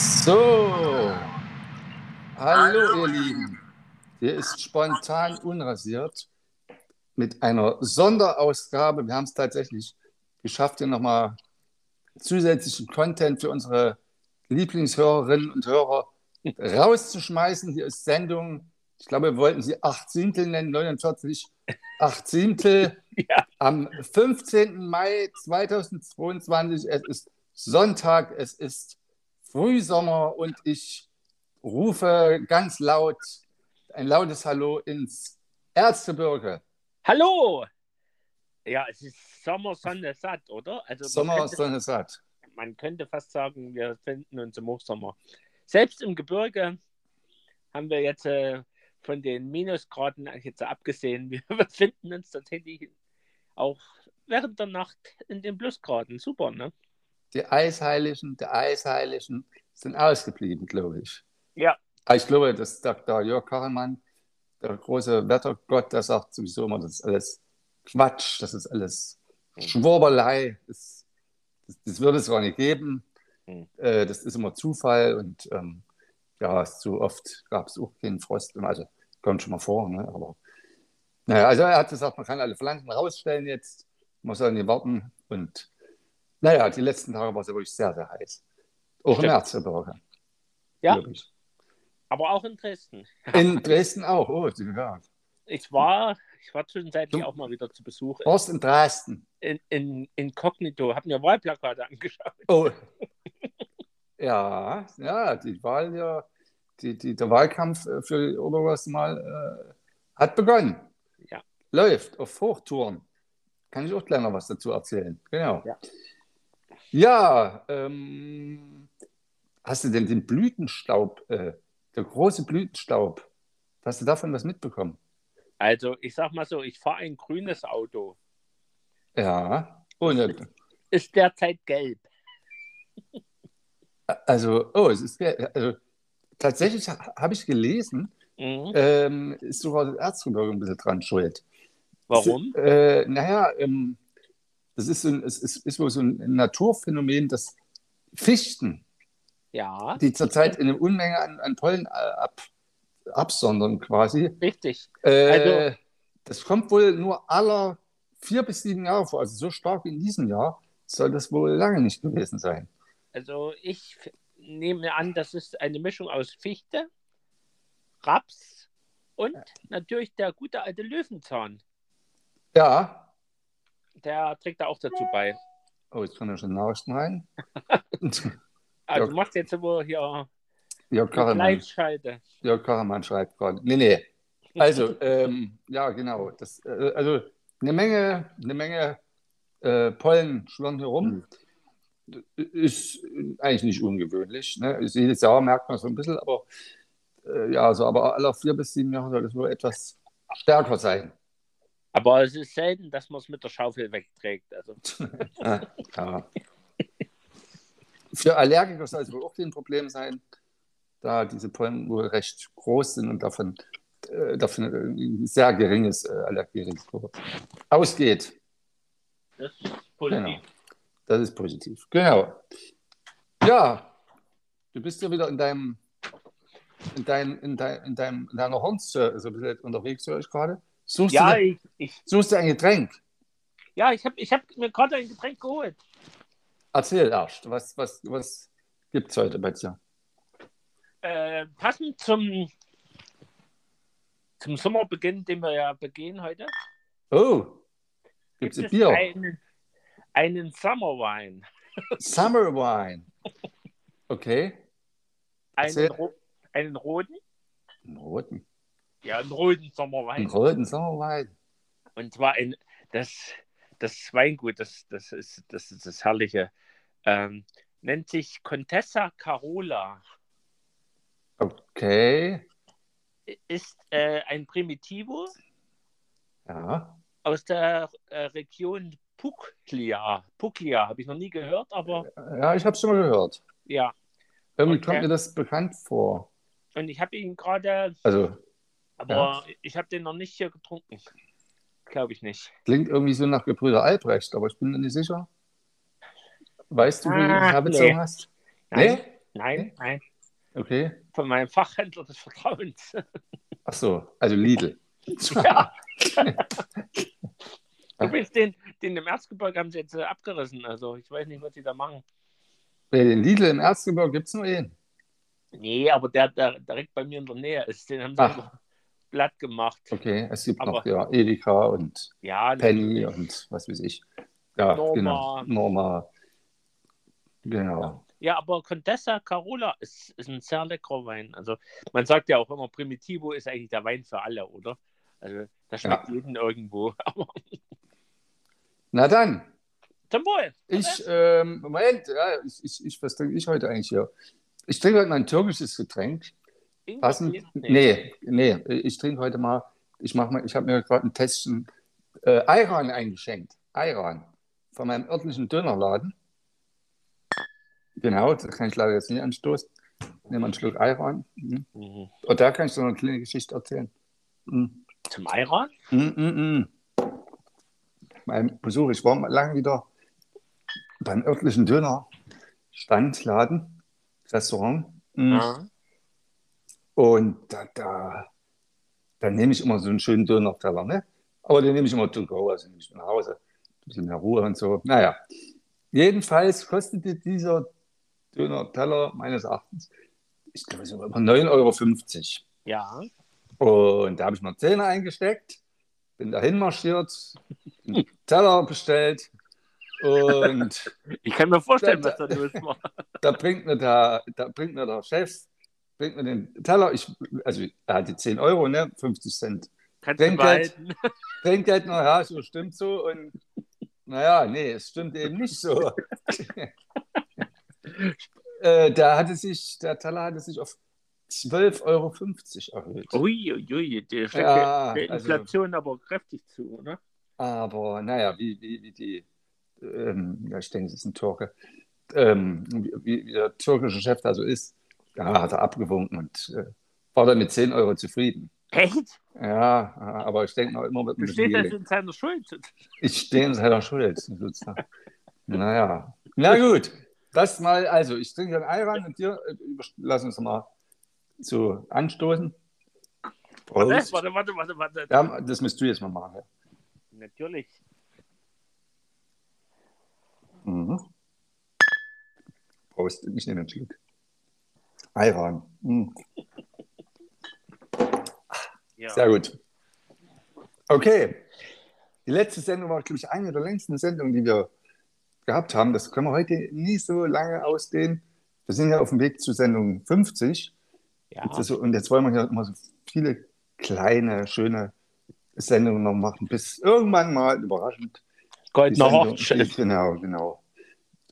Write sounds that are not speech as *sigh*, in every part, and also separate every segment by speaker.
Speaker 1: So. Hallo, ihr Lieben. Hier ist spontan unrasiert mit einer Sonderausgabe. Wir haben es tatsächlich geschafft, hier nochmal zusätzlichen Content für unsere Lieblingshörerinnen und Hörer rauszuschmeißen. Hier ist Sendung, ich glaube, wir wollten sie 8 Siebtel nennen, 49, 8 *laughs* Siebtel.
Speaker 2: Ja.
Speaker 1: Am 15. Mai 2022, es ist Sonntag, es ist Frühsommer und ich rufe ganz laut ein lautes Hallo ins Erzgebirge.
Speaker 2: Hallo! Ja, es ist Sommersonne satt, oder? Also man
Speaker 1: Sommer,
Speaker 2: könnte,
Speaker 1: Sonne, Satt.
Speaker 2: man könnte fast sagen, wir finden uns im Hochsommer. Selbst im Gebirge haben wir jetzt äh, von den Minusgraden jetzt abgesehen, *laughs* wir befinden uns tatsächlich auch während der Nacht in den Plusgraden. Super, ne?
Speaker 1: Die Eisheiligen, die Eisheiligen sind ausgeblieben, glaube ich.
Speaker 2: Ja.
Speaker 1: Aber Ah, Ich glaube, dass Dr. Jörg Karrenmann, der große Wettergott, der sagt sowieso immer, das ist alles Quatsch, das ist alles
Speaker 2: Hm.
Speaker 1: Schwurbelei, das, das, das würde es gar nicht geben,
Speaker 2: Hm.
Speaker 1: äh, das ist immer Zufall und ähm, ja, so oft gab es auch keinen Frost, also kommt schon mal vor, ne? aber naja, also er hat gesagt, man kann alle Pflanzen rausstellen jetzt, man soll nicht warten und naja, die letzten Tage war es ja wirklich sehr, sehr heiß. Auch im
Speaker 2: Stimmt.
Speaker 1: Erzgebirge.
Speaker 2: Ja.
Speaker 1: glaub ich.
Speaker 2: Aber auch in Dresden.
Speaker 1: In Dresden auch. Oh, ja.
Speaker 2: Ich war, ich war zwischenzeitlich
Speaker 1: Du-
Speaker 2: auch mal wieder zu Besuch
Speaker 1: Horst in Dresden.
Speaker 2: in, in Inkognito, habe mir Wahlplakate angeschaut.
Speaker 1: Oh. ja, ja, die Wahl ja, die, die, der Wahlkampf äh, für die Oberwurst mal äh, hat begonnen.
Speaker 2: Ja.
Speaker 1: Läuft auf Hochtouren. Kann ich auch gleich noch was dazu erzählen. Genau.
Speaker 2: Ja.
Speaker 1: Ja, ähm, hast du denn den Blütenstaub, äh, der große Blütenstaub, hast du davon was mitbekommen?
Speaker 2: Also, ich sag mal so, ich fahre ein grünes Auto.
Speaker 1: Ja. Und,
Speaker 2: *laughs* Ist derzeit gelb.
Speaker 1: Also, oh, es ist, also, tatsächlich ha- habe ich gelesen,
Speaker 2: Mhm.
Speaker 1: ähm, ist sogar das Erzgebirge ein bisschen dran schuld.
Speaker 2: Warum?
Speaker 1: Es, äh, naja, ähm, das ist, so ein, es ist, ist wohl so ein Naturphänomen, dass Fichten,
Speaker 2: Ja,
Speaker 1: die zurzeit eine Unmenge an, an Pollen äh, ab, absondern quasi,
Speaker 2: richtig.
Speaker 1: äh,
Speaker 2: Also-
Speaker 1: das kommt wohl nur aller vier bis sieben Jahre vor. Also so stark wie in diesem Jahr soll das wohl lange nicht gewesen sein.
Speaker 2: Also, ich f- nehme an, das ist eine Mischung aus Fichte, Raps und natürlich der gute alte Löwenzahn.
Speaker 1: Ja,
Speaker 2: Der trägt da auch dazu bei.
Speaker 1: oh, jetzt kommen ja schon Nachrichten rein.
Speaker 2: *laughs* Also,
Speaker 1: Ja.
Speaker 2: du machst jetzt wohl hier
Speaker 1: Jörg
Speaker 2: eine
Speaker 1: Karremann,
Speaker 2: Gleitschalte.
Speaker 1: Jörg Karremann schreibt gerade. Nee, nee. Also, ähm, ja, genau. Das, äh, also eine Menge, eine Menge äh, Pollen schwirren hier rum. Ist eigentlich nicht ungewöhnlich. Ne? Ist jedes Jahr merkt man so ein bisschen, aber äh, ja, so, aber alle vier bis sieben Jahre soll das wohl etwas stärker sein.
Speaker 2: Aber es ist selten, dass man es mit der Schaufel wegträgt. Also,
Speaker 1: Ah, ja. Für Allergiker soll es wohl auch kein Problem sein, da diese Pollen wohl recht groß sind und davon, äh, davon ein sehr geringes äh, Allergierisiko ausgeht.
Speaker 2: das ist
Speaker 1: Genau.
Speaker 2: positiv.
Speaker 1: Das ist positiv. Genau. Ja, du bist ja wieder in deinem in, dein, in, dein, in, deinem, in deiner Horns so ein bisschen unterwegs, höre ich gerade. Suchst,
Speaker 2: Ja,
Speaker 1: du,
Speaker 2: ich, ich,
Speaker 1: suchst du ein Getränk?
Speaker 2: ja, ich habe ich hab mir gerade ein Getränk geholt.
Speaker 1: Erzähl erst, was, was, was gibt es heute bei dir?
Speaker 2: äh, passend zum, zum Sommerbeginn, den wir ja begehen heute,
Speaker 1: Oh, gibt es ein Bier?
Speaker 2: einen, einen Summerwine.
Speaker 1: Summer Wine. Okay.
Speaker 2: Einen,
Speaker 1: Erzähl.
Speaker 2: ro einen roten?
Speaker 1: Einen roten.
Speaker 2: Ja, einen roten
Speaker 1: Einen
Speaker 2: Sommerwein.
Speaker 1: roten Summer Wine.
Speaker 2: Und zwar ein, das, das Weingut, das, das, ist, das ist das Herrliche. Ähm, nennt sich Contessa Carola.
Speaker 1: Okay.
Speaker 2: Ist äh, ein Primitivo
Speaker 1: Ja.
Speaker 2: aus der äh, Region Puglia. Puglia habe ich noch nie gehört, aber
Speaker 1: Ja, ich habe es schon mal gehört.
Speaker 2: ja.
Speaker 1: Irgendwie
Speaker 2: Okay.
Speaker 1: kommt mir das bekannt vor.
Speaker 2: Und ich habe ihn gerade
Speaker 1: Also,
Speaker 2: Aber ich habe den noch nicht hier getrunken. Glaube ich nicht.
Speaker 1: klingt irgendwie so nach Gebrüder Albrecht, aber ich bin mir nicht sicher. Weißt du, wie du ihn
Speaker 2: Ah,
Speaker 1: herbezogen
Speaker 2: nee.
Speaker 1: hast?
Speaker 2: Nein,
Speaker 1: Nee?
Speaker 2: nein, nein.
Speaker 1: Okay.
Speaker 2: von meinem Fachhändler des Vertrauens.
Speaker 1: *laughs* Ach so, also Lidl.
Speaker 2: *laughs* Ja. Übrigens, den, den im Erzgebirge haben sie jetzt äh, abgerissen. Also ich weiß nicht, was sie da machen.
Speaker 1: Nee, den Lidl im Erzgebirge gibt es nur einen.
Speaker 2: Nee, aber der, der direkt bei mir in der Nähe ist, den haben sie
Speaker 1: Ach.
Speaker 2: einfach platt gemacht.
Speaker 1: Okay, es gibt
Speaker 2: Aber-
Speaker 1: noch ja, Edeka und
Speaker 2: Ja,
Speaker 1: Penny und was weiß ich. Ja,
Speaker 2: Norma.
Speaker 1: genau. Norma. Genau.
Speaker 2: ja, aber Contessa Carola ist, ist ein sehr leckerer Wein. Also man sagt ja auch immer, Primitivo ist eigentlich der Wein für alle, oder? Also das schmeckt jeden irgendwo. *laughs* Aber
Speaker 1: Na dann,
Speaker 2: zum Wohl.
Speaker 1: ich, ähm, Moment, ja, ich, ich, ich, was trinke ich heute eigentlich hier? Ich trinke heute mal ein türkisches Getränk.
Speaker 2: Irgendwas
Speaker 1: Passend?
Speaker 2: geht nicht.
Speaker 1: Nee, nee, ich trinke heute mal, ich mach mal, ich habe mir gerade ein Tässchen äh, Ayran eingeschenkt. Ayran. Von meinem örtlichen Dönerladen. Genau, das kann ich leider jetzt nicht anstoßen. Nehmen wir einen Schluck Ayran. Mhm.
Speaker 2: Mhm.
Speaker 1: Und da kann ich so eine kleine Geschichte erzählen. Mhm.
Speaker 2: Zum Ayran?
Speaker 1: Mm, mm, mm. Mein Besuch, ich war mal lange wieder beim örtlichen Dönerstandladen, Restaurant. Mm.
Speaker 2: Ja.
Speaker 1: Und da, da, dann nehme ich immer so einen schönen Döner-Teller, ne? Aber den nehme ich immer to go, also nehme ich nach Hause. Ein bisschen mehr Ruhe und so. Naja, jedenfalls kostete dieser Döner-Teller meines Erachtens, ich glaube, es war immer 9,50
Speaker 2: ja.
Speaker 1: Euro. Und da habe ich mal Zähne eingesteckt, bin dahin marschiert, einen Teller bestellt und
Speaker 2: Ich kann mir vorstellen,
Speaker 1: Da-
Speaker 2: was da los
Speaker 1: *laughs*
Speaker 2: war.
Speaker 1: da bringt mir der, da bringt mir der Chef, bringt mir den Teller, ich, also er hatte 10 Euro, ne? 50 Cent
Speaker 2: Kannst du
Speaker 1: Trinkgeld.
Speaker 2: behalten.
Speaker 1: Trinkgeld, na ja, so stimmt so und naja, nee, es stimmt eben nicht
Speaker 2: *laughs*
Speaker 1: so. äh, da hatte sich, der Teller hatte sich auf 12,50 Euro erhöht.
Speaker 2: Uiuiui, die steckt
Speaker 1: Ja,
Speaker 2: Oh, der
Speaker 1: also-
Speaker 2: Inflation aber kräftig zu, oder?
Speaker 1: Aber naja, wie, wie, wie die, ähm, ja, ich denke, es ist ein Türke, ähm, wie, wie der türkische Chef da so ist, ja, hat er abgewunken und äh, war dann mit 10 Euro zufrieden.
Speaker 2: Echt?
Speaker 1: Ja, aber ich denke noch immer mit einem
Speaker 2: Besteht das
Speaker 1: Deal.
Speaker 2: in seiner Schuld?
Speaker 1: Ich stehe in seiner Schuld. sozusagen. naja, na gut. Das mal, also ich trinke einen Ayran und dir, äh, über- lass uns mal so anstoßen.
Speaker 2: Warte,
Speaker 1: Prost.
Speaker 2: warte, warte, warte, warte.
Speaker 1: Ja, das müsst du jetzt mal machen. ja.
Speaker 2: Natürlich.
Speaker 1: Mhm. Prost, ich nehme einen Schluck. Ayran. Mhm.
Speaker 2: Ja.
Speaker 1: Sehr gut. Okay. Die letzte Sendung war, glaube ich, eine der längsten Sendungen, die wir gehabt haben. Das können wir heute nie so lange ausdehnen. Wir sind ja auf dem Weg zu Sendung 50. Jetzt
Speaker 2: ja.
Speaker 1: ist so- Und jetzt wollen wir ja immer so viele kleine, schöne Sendungen noch machen, bis irgendwann mal überraschend. die
Speaker 2: Goldener
Speaker 1: Sendung-
Speaker 2: Hochschild.
Speaker 1: Genau, genau.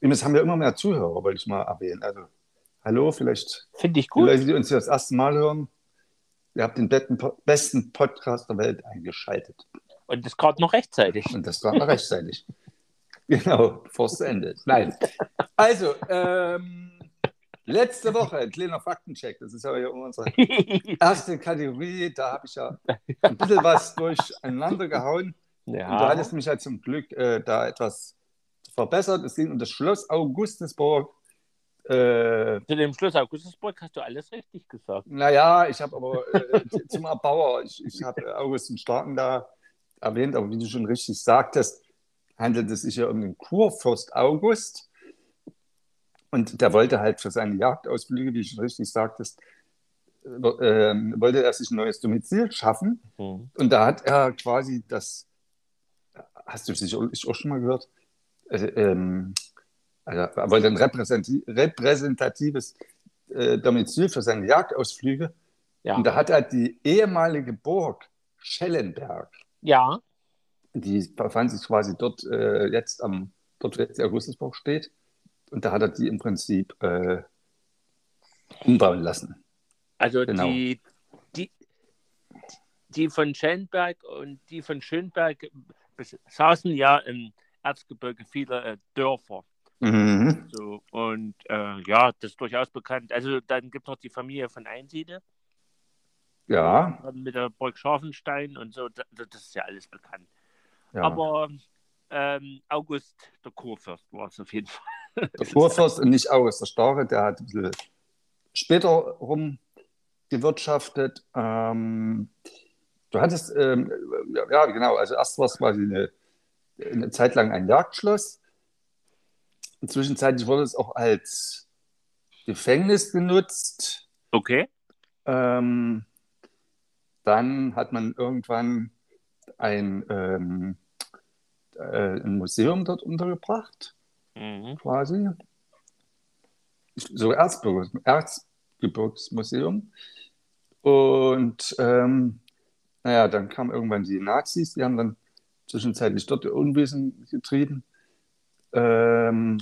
Speaker 1: Übrigens haben wir immer mehr Zuhörer, wollte ich mal erwähnen. Also, hallo, vielleicht
Speaker 2: Finde ich
Speaker 1: die
Speaker 2: gut.
Speaker 1: Leute, die uns das erste Mal hören, ihr habt den besten, Po- besten Podcast der Welt eingeschaltet.
Speaker 2: Und das gerade
Speaker 1: *laughs*
Speaker 2: noch rechtzeitig.
Speaker 1: Und das war noch rechtzeitig. *laughs* Genau, bevor es endet. Nein. Also, ähm, letzte Woche, ein kleiner Faktencheck, das ist ja hier unsere erste Kategorie, da habe ich ja ein bisschen was durcheinander gehauen. Und du
Speaker 2: ja.
Speaker 1: hattest mich ja zum Glück äh, da etwas verbessert. Es ging um das Schloss Augustusburg. Äh,
Speaker 2: Zu dem Schluss Augustusburg hast du alles richtig gesagt.
Speaker 1: Naja, ich habe aber äh, *laughs* z- zum Erbauer, ich, ich habe Augustin Starken da erwähnt, aber wie du schon richtig sagtest, handelt es sich ja um den Kurfürst August. Und der wollte halt für seine Jagdausflüge, wie du schon richtig sagtest, äh, ähm, wollte er sich ein neues Domizil schaffen.
Speaker 2: Hm.
Speaker 1: Und da hat er quasi das, hast du sicher ich auch schon mal gehört, äh, ähm, also er wollte ein repräsentati- repräsentatives äh, Domizil für seine Jagdausflüge.
Speaker 2: Ja.
Speaker 1: Und da hat er die ehemalige Burg Schellenberg,
Speaker 2: ja.
Speaker 1: die befand sich quasi dort äh, jetzt am, dort wo jetzt die Augustusburg steht. Und da hat er die im Prinzip äh, umbauen lassen.
Speaker 2: Also
Speaker 1: Genau.
Speaker 2: die, die, die von Schellenberg und die von Schönberg besaßen ja im Erzgebirge viele äh, Dörfer.
Speaker 1: Mhm.
Speaker 2: So, und äh, ja, das ist durchaus bekannt. Also dann gibt es noch die Familie von Einsiedel
Speaker 1: Ja,
Speaker 2: äh, mit der Burg Scharfenstein und so, da, da- das ist ja alles bekannt.
Speaker 1: ja.
Speaker 2: Aber ähm, August, der Kurfürst, war es auf jeden Fall.
Speaker 1: Der Kurfürst und nicht August der Starke, der hat ein bisschen später rum gewirtschaftet. Ähm, du hattest, ähm, ja, genau, also erst war es quasi eine, eine Zeit lang ein Jagdschloss. Und Zwischenzeitlich wurde es auch als Gefängnis genutzt.
Speaker 2: Okay.
Speaker 1: Ähm, dann hat man irgendwann ein, ähm, äh, ein Museum dort untergebracht,
Speaker 2: Mhm.
Speaker 1: quasi. So Erzbürger, Erzgebirgsmuseum. Und ähm, naja, dann kamen irgendwann die Nazis, die haben dann zwischenzeitlich dort ihr Unwesen getrieben. Ähm,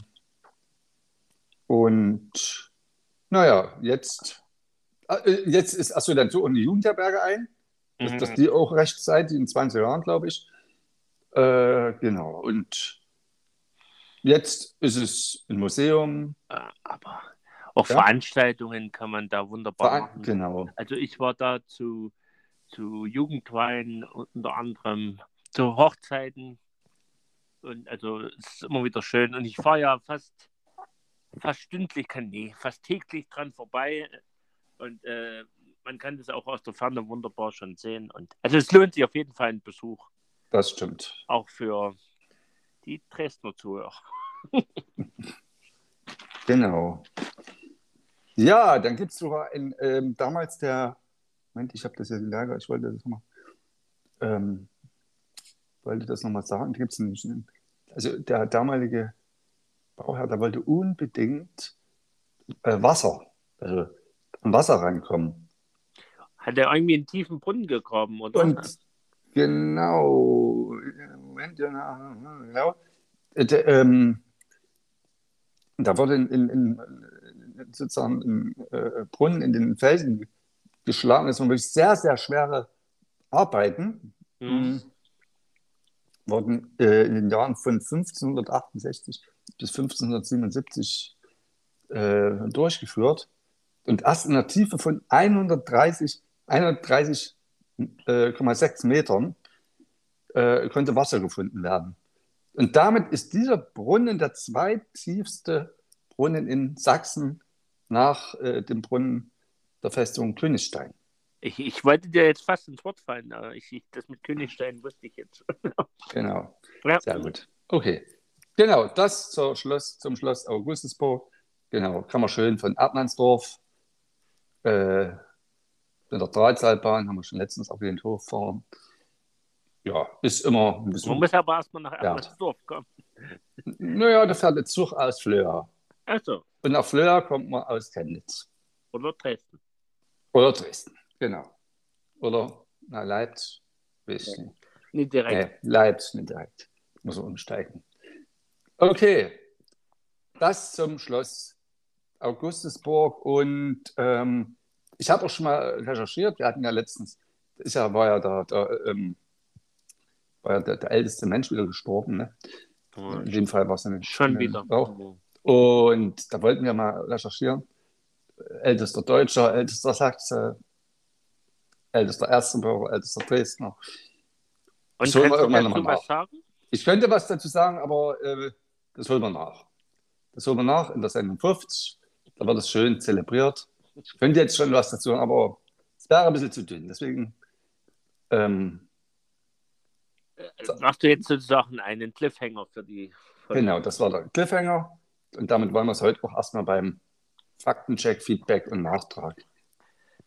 Speaker 1: und naja, jetzt, ah, äh, jetzt ist, achso, dann so in die Jugendherberge ein
Speaker 2: Mhm.
Speaker 1: dass, dass die auch rechtzeitig in 20 Jahren, glaube ich. Äh, genau. Und jetzt ist es ein Museum.
Speaker 2: Äh, Aber auch
Speaker 1: Ja.
Speaker 2: Veranstaltungen kann man da wunderbar
Speaker 1: Ver
Speaker 2: machen.
Speaker 1: genau.
Speaker 2: Also ich war da zu, zu Jugendweihen, unter anderem zu Hochzeiten. Und also es ist immer wieder schön. Und ich fahre ja fast, fast stündlich, kann nee, fast täglich dran vorbei. Und äh, man kann das auch aus der Ferne wunderbar schon sehen. Und also es lohnt sich auf jeden Fall ein Besuch,
Speaker 1: Das stimmt.
Speaker 2: auch für die Dresdner Zuhörer.
Speaker 1: Genau. Ja, dann gibt es sogar in, ähm, damals der. Moment, ich habe das ja gelagert. Ich wollte das nochmal. Ähm, wollte das nochmal sagen. Gibt's nicht. Also der damalige Bauherr, der wollte unbedingt äh, Wasser, also an Wasser rankommen.
Speaker 2: Hat er irgendwie einen tiefen Brunnen gegraben, oder?
Speaker 1: Und genau, Moment, ja, genau. Äh, der, ähm, da wurde in, in, in, sozusagen ein äh, Brunnen in den Felsen geschlagen. Das waren wirklich sehr, sehr schwere Arbeiten.
Speaker 2: Hm.
Speaker 1: Mhm. Wurden äh, in den Jahren von 1568 bis 1577 äh, durchgeführt und erst in der Tiefe von 130, 130,6 äh, Metern äh, konnte Wasser gefunden werden. Und damit ist dieser Brunnen der zweittiefste Brunnen in Sachsen nach äh, dem Brunnen der Festung Königstein.
Speaker 2: Ich, ich wollte dir jetzt fast ins Wort fallen, aber ich, ich, das mit Königstein wusste ich jetzt. *laughs*
Speaker 1: Genau,
Speaker 2: Ja.
Speaker 1: sehr gut. Okay, genau, das zur Schloss, zum Schloss Augustusburg. Genau, kann man schön von Erdmannsdorf äh, mit der Drahtseilbahn, haben wir schon letztens auf den Hof fahren. Ja, ist immer ein
Speaker 2: Man
Speaker 1: bisschen.
Speaker 2: muss aber erstmal nach
Speaker 1: Ja.
Speaker 2: Ermersdorf kommen.
Speaker 1: Naja, da fährt der Zug aus Flöa.
Speaker 2: Also,
Speaker 1: Und nach Flöa kommt man aus Chemnitz.
Speaker 2: oder Dresden.
Speaker 1: Oder Dresden, genau. Oder na, Leipzig, weiß ich nicht.
Speaker 2: Nicht direkt.
Speaker 1: Nee, Leipzig nicht direkt. Muss man umsteigen. Okay, das zum Schloss Augustusburg. Und ähm, ich habe auch schon mal recherchiert. Wir hatten ja letztens, ist ja, war ja der, der, ähm, war ja der, der älteste Mensch wieder gestorben. Ne? In dem Fall war es ja nicht-
Speaker 2: Hm. Schon
Speaker 1: ne,
Speaker 2: wieder. Hm.
Speaker 1: Auch. Und da wollten wir mal recherchieren. Ältester Deutscher, ältester Sachse, ältester Erzgebirger, ältester Dresdner.
Speaker 2: Und
Speaker 1: Sollen wir
Speaker 2: kannst du
Speaker 1: irgendwann
Speaker 2: dazu
Speaker 1: nochmal
Speaker 2: was sagen?
Speaker 1: Ich könnte was dazu sagen, aber äh, das holen wir nach. Das holen wir nach in der Sendung 50. Da wird es schön zelebriert. Ich könnte jetzt schon was dazu sagen, aber es wäre ein bisschen zu dünn. Deswegen, ähm, So.
Speaker 2: Äh, Machst du jetzt sozusagen einen Cliffhanger für die Folge?
Speaker 1: genau, das war der Cliffhanger. Und damit wollen wir es heute auch erstmal beim Faktencheck, Feedback und Nachtrag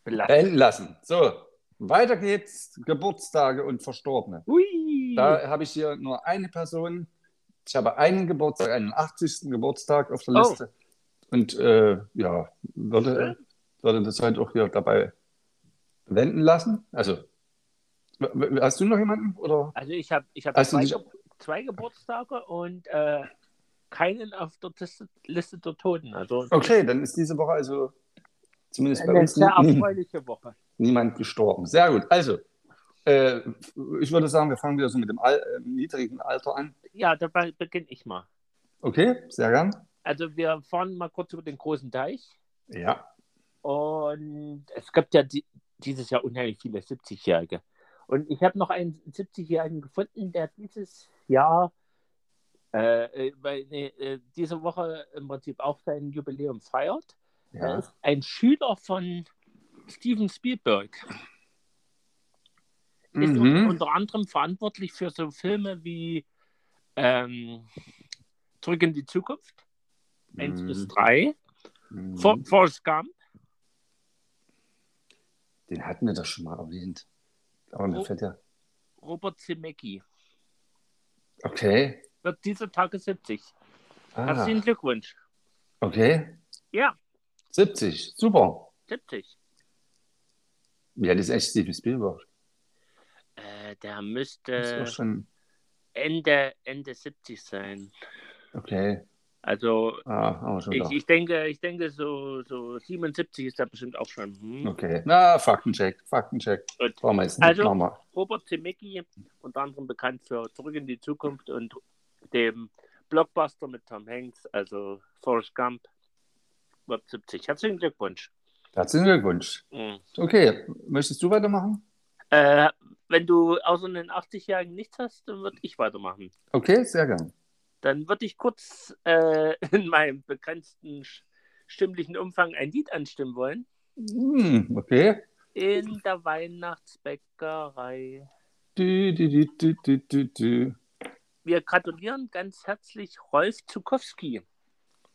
Speaker 2: Belassen.
Speaker 1: beenden lassen. So, weiter geht's. Geburtstage und Verstorbene.
Speaker 2: Ui.
Speaker 1: Da habe ich hier nur eine Person. Ich habe einen Geburtstag, einen 80. Geburtstag auf der
Speaker 2: Oh.
Speaker 1: Liste. Und äh, ja, würde, würde das halt auch hier dabei wenden lassen. Also, w- w- hast du noch jemanden? Oder?
Speaker 2: Also ich habe ich hab
Speaker 1: Hast du
Speaker 2: zwei,
Speaker 1: nicht-
Speaker 2: Ge zwei Geburtstage und äh, keinen auf der Liste, Liste der Toten. Also
Speaker 1: Okay, dann ist diese Woche also zumindest bei
Speaker 2: eine
Speaker 1: uns
Speaker 2: sehr
Speaker 1: nie,
Speaker 2: erfreuliche Woche.
Speaker 1: niemand gestorben. Sehr gut. Also, äh, ich würde sagen, wir fangen wieder so mit dem Al äh, niedrigen Alter an.
Speaker 2: Ja, dabei beginne ich mal.
Speaker 1: Okay, sehr gern.
Speaker 2: Also wir fahren mal kurz über den großen Deich.
Speaker 1: Ja.
Speaker 2: Und es gibt ja die, dieses Jahr unheimlich viele 70-Jährige. Und ich habe noch einen 70-Jährigen gefunden, der dieses Jahr, äh, äh, bei, nee, äh, diese Woche im Prinzip auch sein Jubiläum feiert. Er
Speaker 1: Ja.
Speaker 2: ist ein Schüler von Steven Spielberg. Ist un-
Speaker 1: Mhm.
Speaker 2: unter anderem verantwortlich für so Filme wie ähm, Zurück in die Zukunft, 1 bis 3,
Speaker 1: Mhm.
Speaker 2: For Forrest Gump,
Speaker 1: Den hatten wir doch schon mal erwähnt. Aber mir
Speaker 2: Oh.
Speaker 1: fällt ja.
Speaker 2: Robert Zemecki.
Speaker 1: Okay.
Speaker 2: Wird dieser Tage 70.
Speaker 1: Ah,
Speaker 2: Herzlichen Glückwunsch.
Speaker 1: okay.
Speaker 2: Ja,
Speaker 1: 70. Super.
Speaker 2: 70.
Speaker 1: Ja, das ist echt Steven Spielberg.
Speaker 2: Äh, der
Speaker 1: Das ist
Speaker 2: müsste
Speaker 1: auch schon.
Speaker 2: Ende, Ende 70 sein.
Speaker 1: Okay.
Speaker 2: Also
Speaker 1: Ah, haben wir schon
Speaker 2: ich,
Speaker 1: da.
Speaker 2: ich denke, ich denke so, so 77 ist er bestimmt auch schon. Hm?
Speaker 1: Okay. Na, Faktencheck. Faktencheck.
Speaker 2: Gut.
Speaker 1: Brauchen wir jetzt nicht
Speaker 2: Also-
Speaker 1: nochmal.
Speaker 2: Robert Zemecki, unter anderem bekannt für Zurück in die Zukunft und dem Blockbuster mit Tom Hanks, also Forrest Gump, wird 70. Herzlichen Glückwunsch.
Speaker 1: Herzlichen Glückwunsch.
Speaker 2: Mhm.
Speaker 1: Okay. Möchtest du weitermachen?
Speaker 2: Äh, wenn du außer den 80-Jährigen nichts hast, dann würde ich weitermachen.
Speaker 1: Okay, sehr gern.
Speaker 2: Dann würde ich kurz äh, *laughs* in meinem begrenzten sch- stimmlichen Umfang ein Lied anstimmen wollen.
Speaker 1: Hm, okay.
Speaker 2: In der Weihnachtsbäckerei.
Speaker 1: Du, du, du, du, du, du, du.
Speaker 2: Wir gratulieren ganz herzlich Rolf Zukowski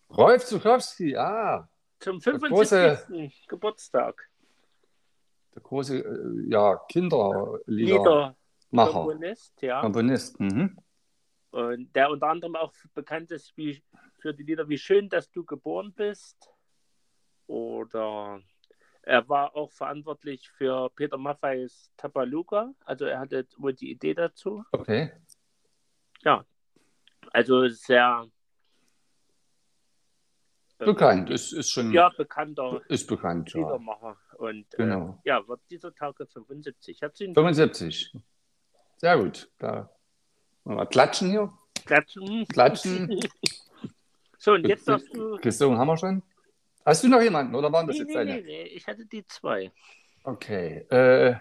Speaker 1: Rolf Zukowski, ah,
Speaker 2: zum
Speaker 1: Der große-
Speaker 2: 75. Geburtstag.
Speaker 1: der große äh, ja, Kinderliedermacher.
Speaker 2: Lieder Komponist, ja.
Speaker 1: Komponist. Mhm.
Speaker 2: Und der unter anderem auch bekannt ist wie, für die Lieder Wie schön, dass du geboren bist. Oder er war auch verantwortlich für Peter Maffeis Tabaluga. Also er hatte wohl die Idee dazu.
Speaker 1: Okay.
Speaker 2: Also sehr äh,
Speaker 1: Bekannt, ist, ist schon
Speaker 2: ja, bekannter
Speaker 1: ist bekannt. Ja.
Speaker 2: Liedermacher. Und äh,
Speaker 1: Genau.
Speaker 2: ja, wird dieser Tage 75. Herzlichen
Speaker 1: 75. Sehr gut. Da wollen wir klatschen hier.
Speaker 2: Klatschen.
Speaker 1: Klatschen.
Speaker 2: *laughs* So, und jetzt darfst du.
Speaker 1: Christian haben wir schon. Hast du noch jemanden oder waren das
Speaker 2: Nee,
Speaker 1: jetzt
Speaker 2: nee,
Speaker 1: deine?
Speaker 2: nee, nee, ich hatte die zwei.
Speaker 1: Okay. Äh,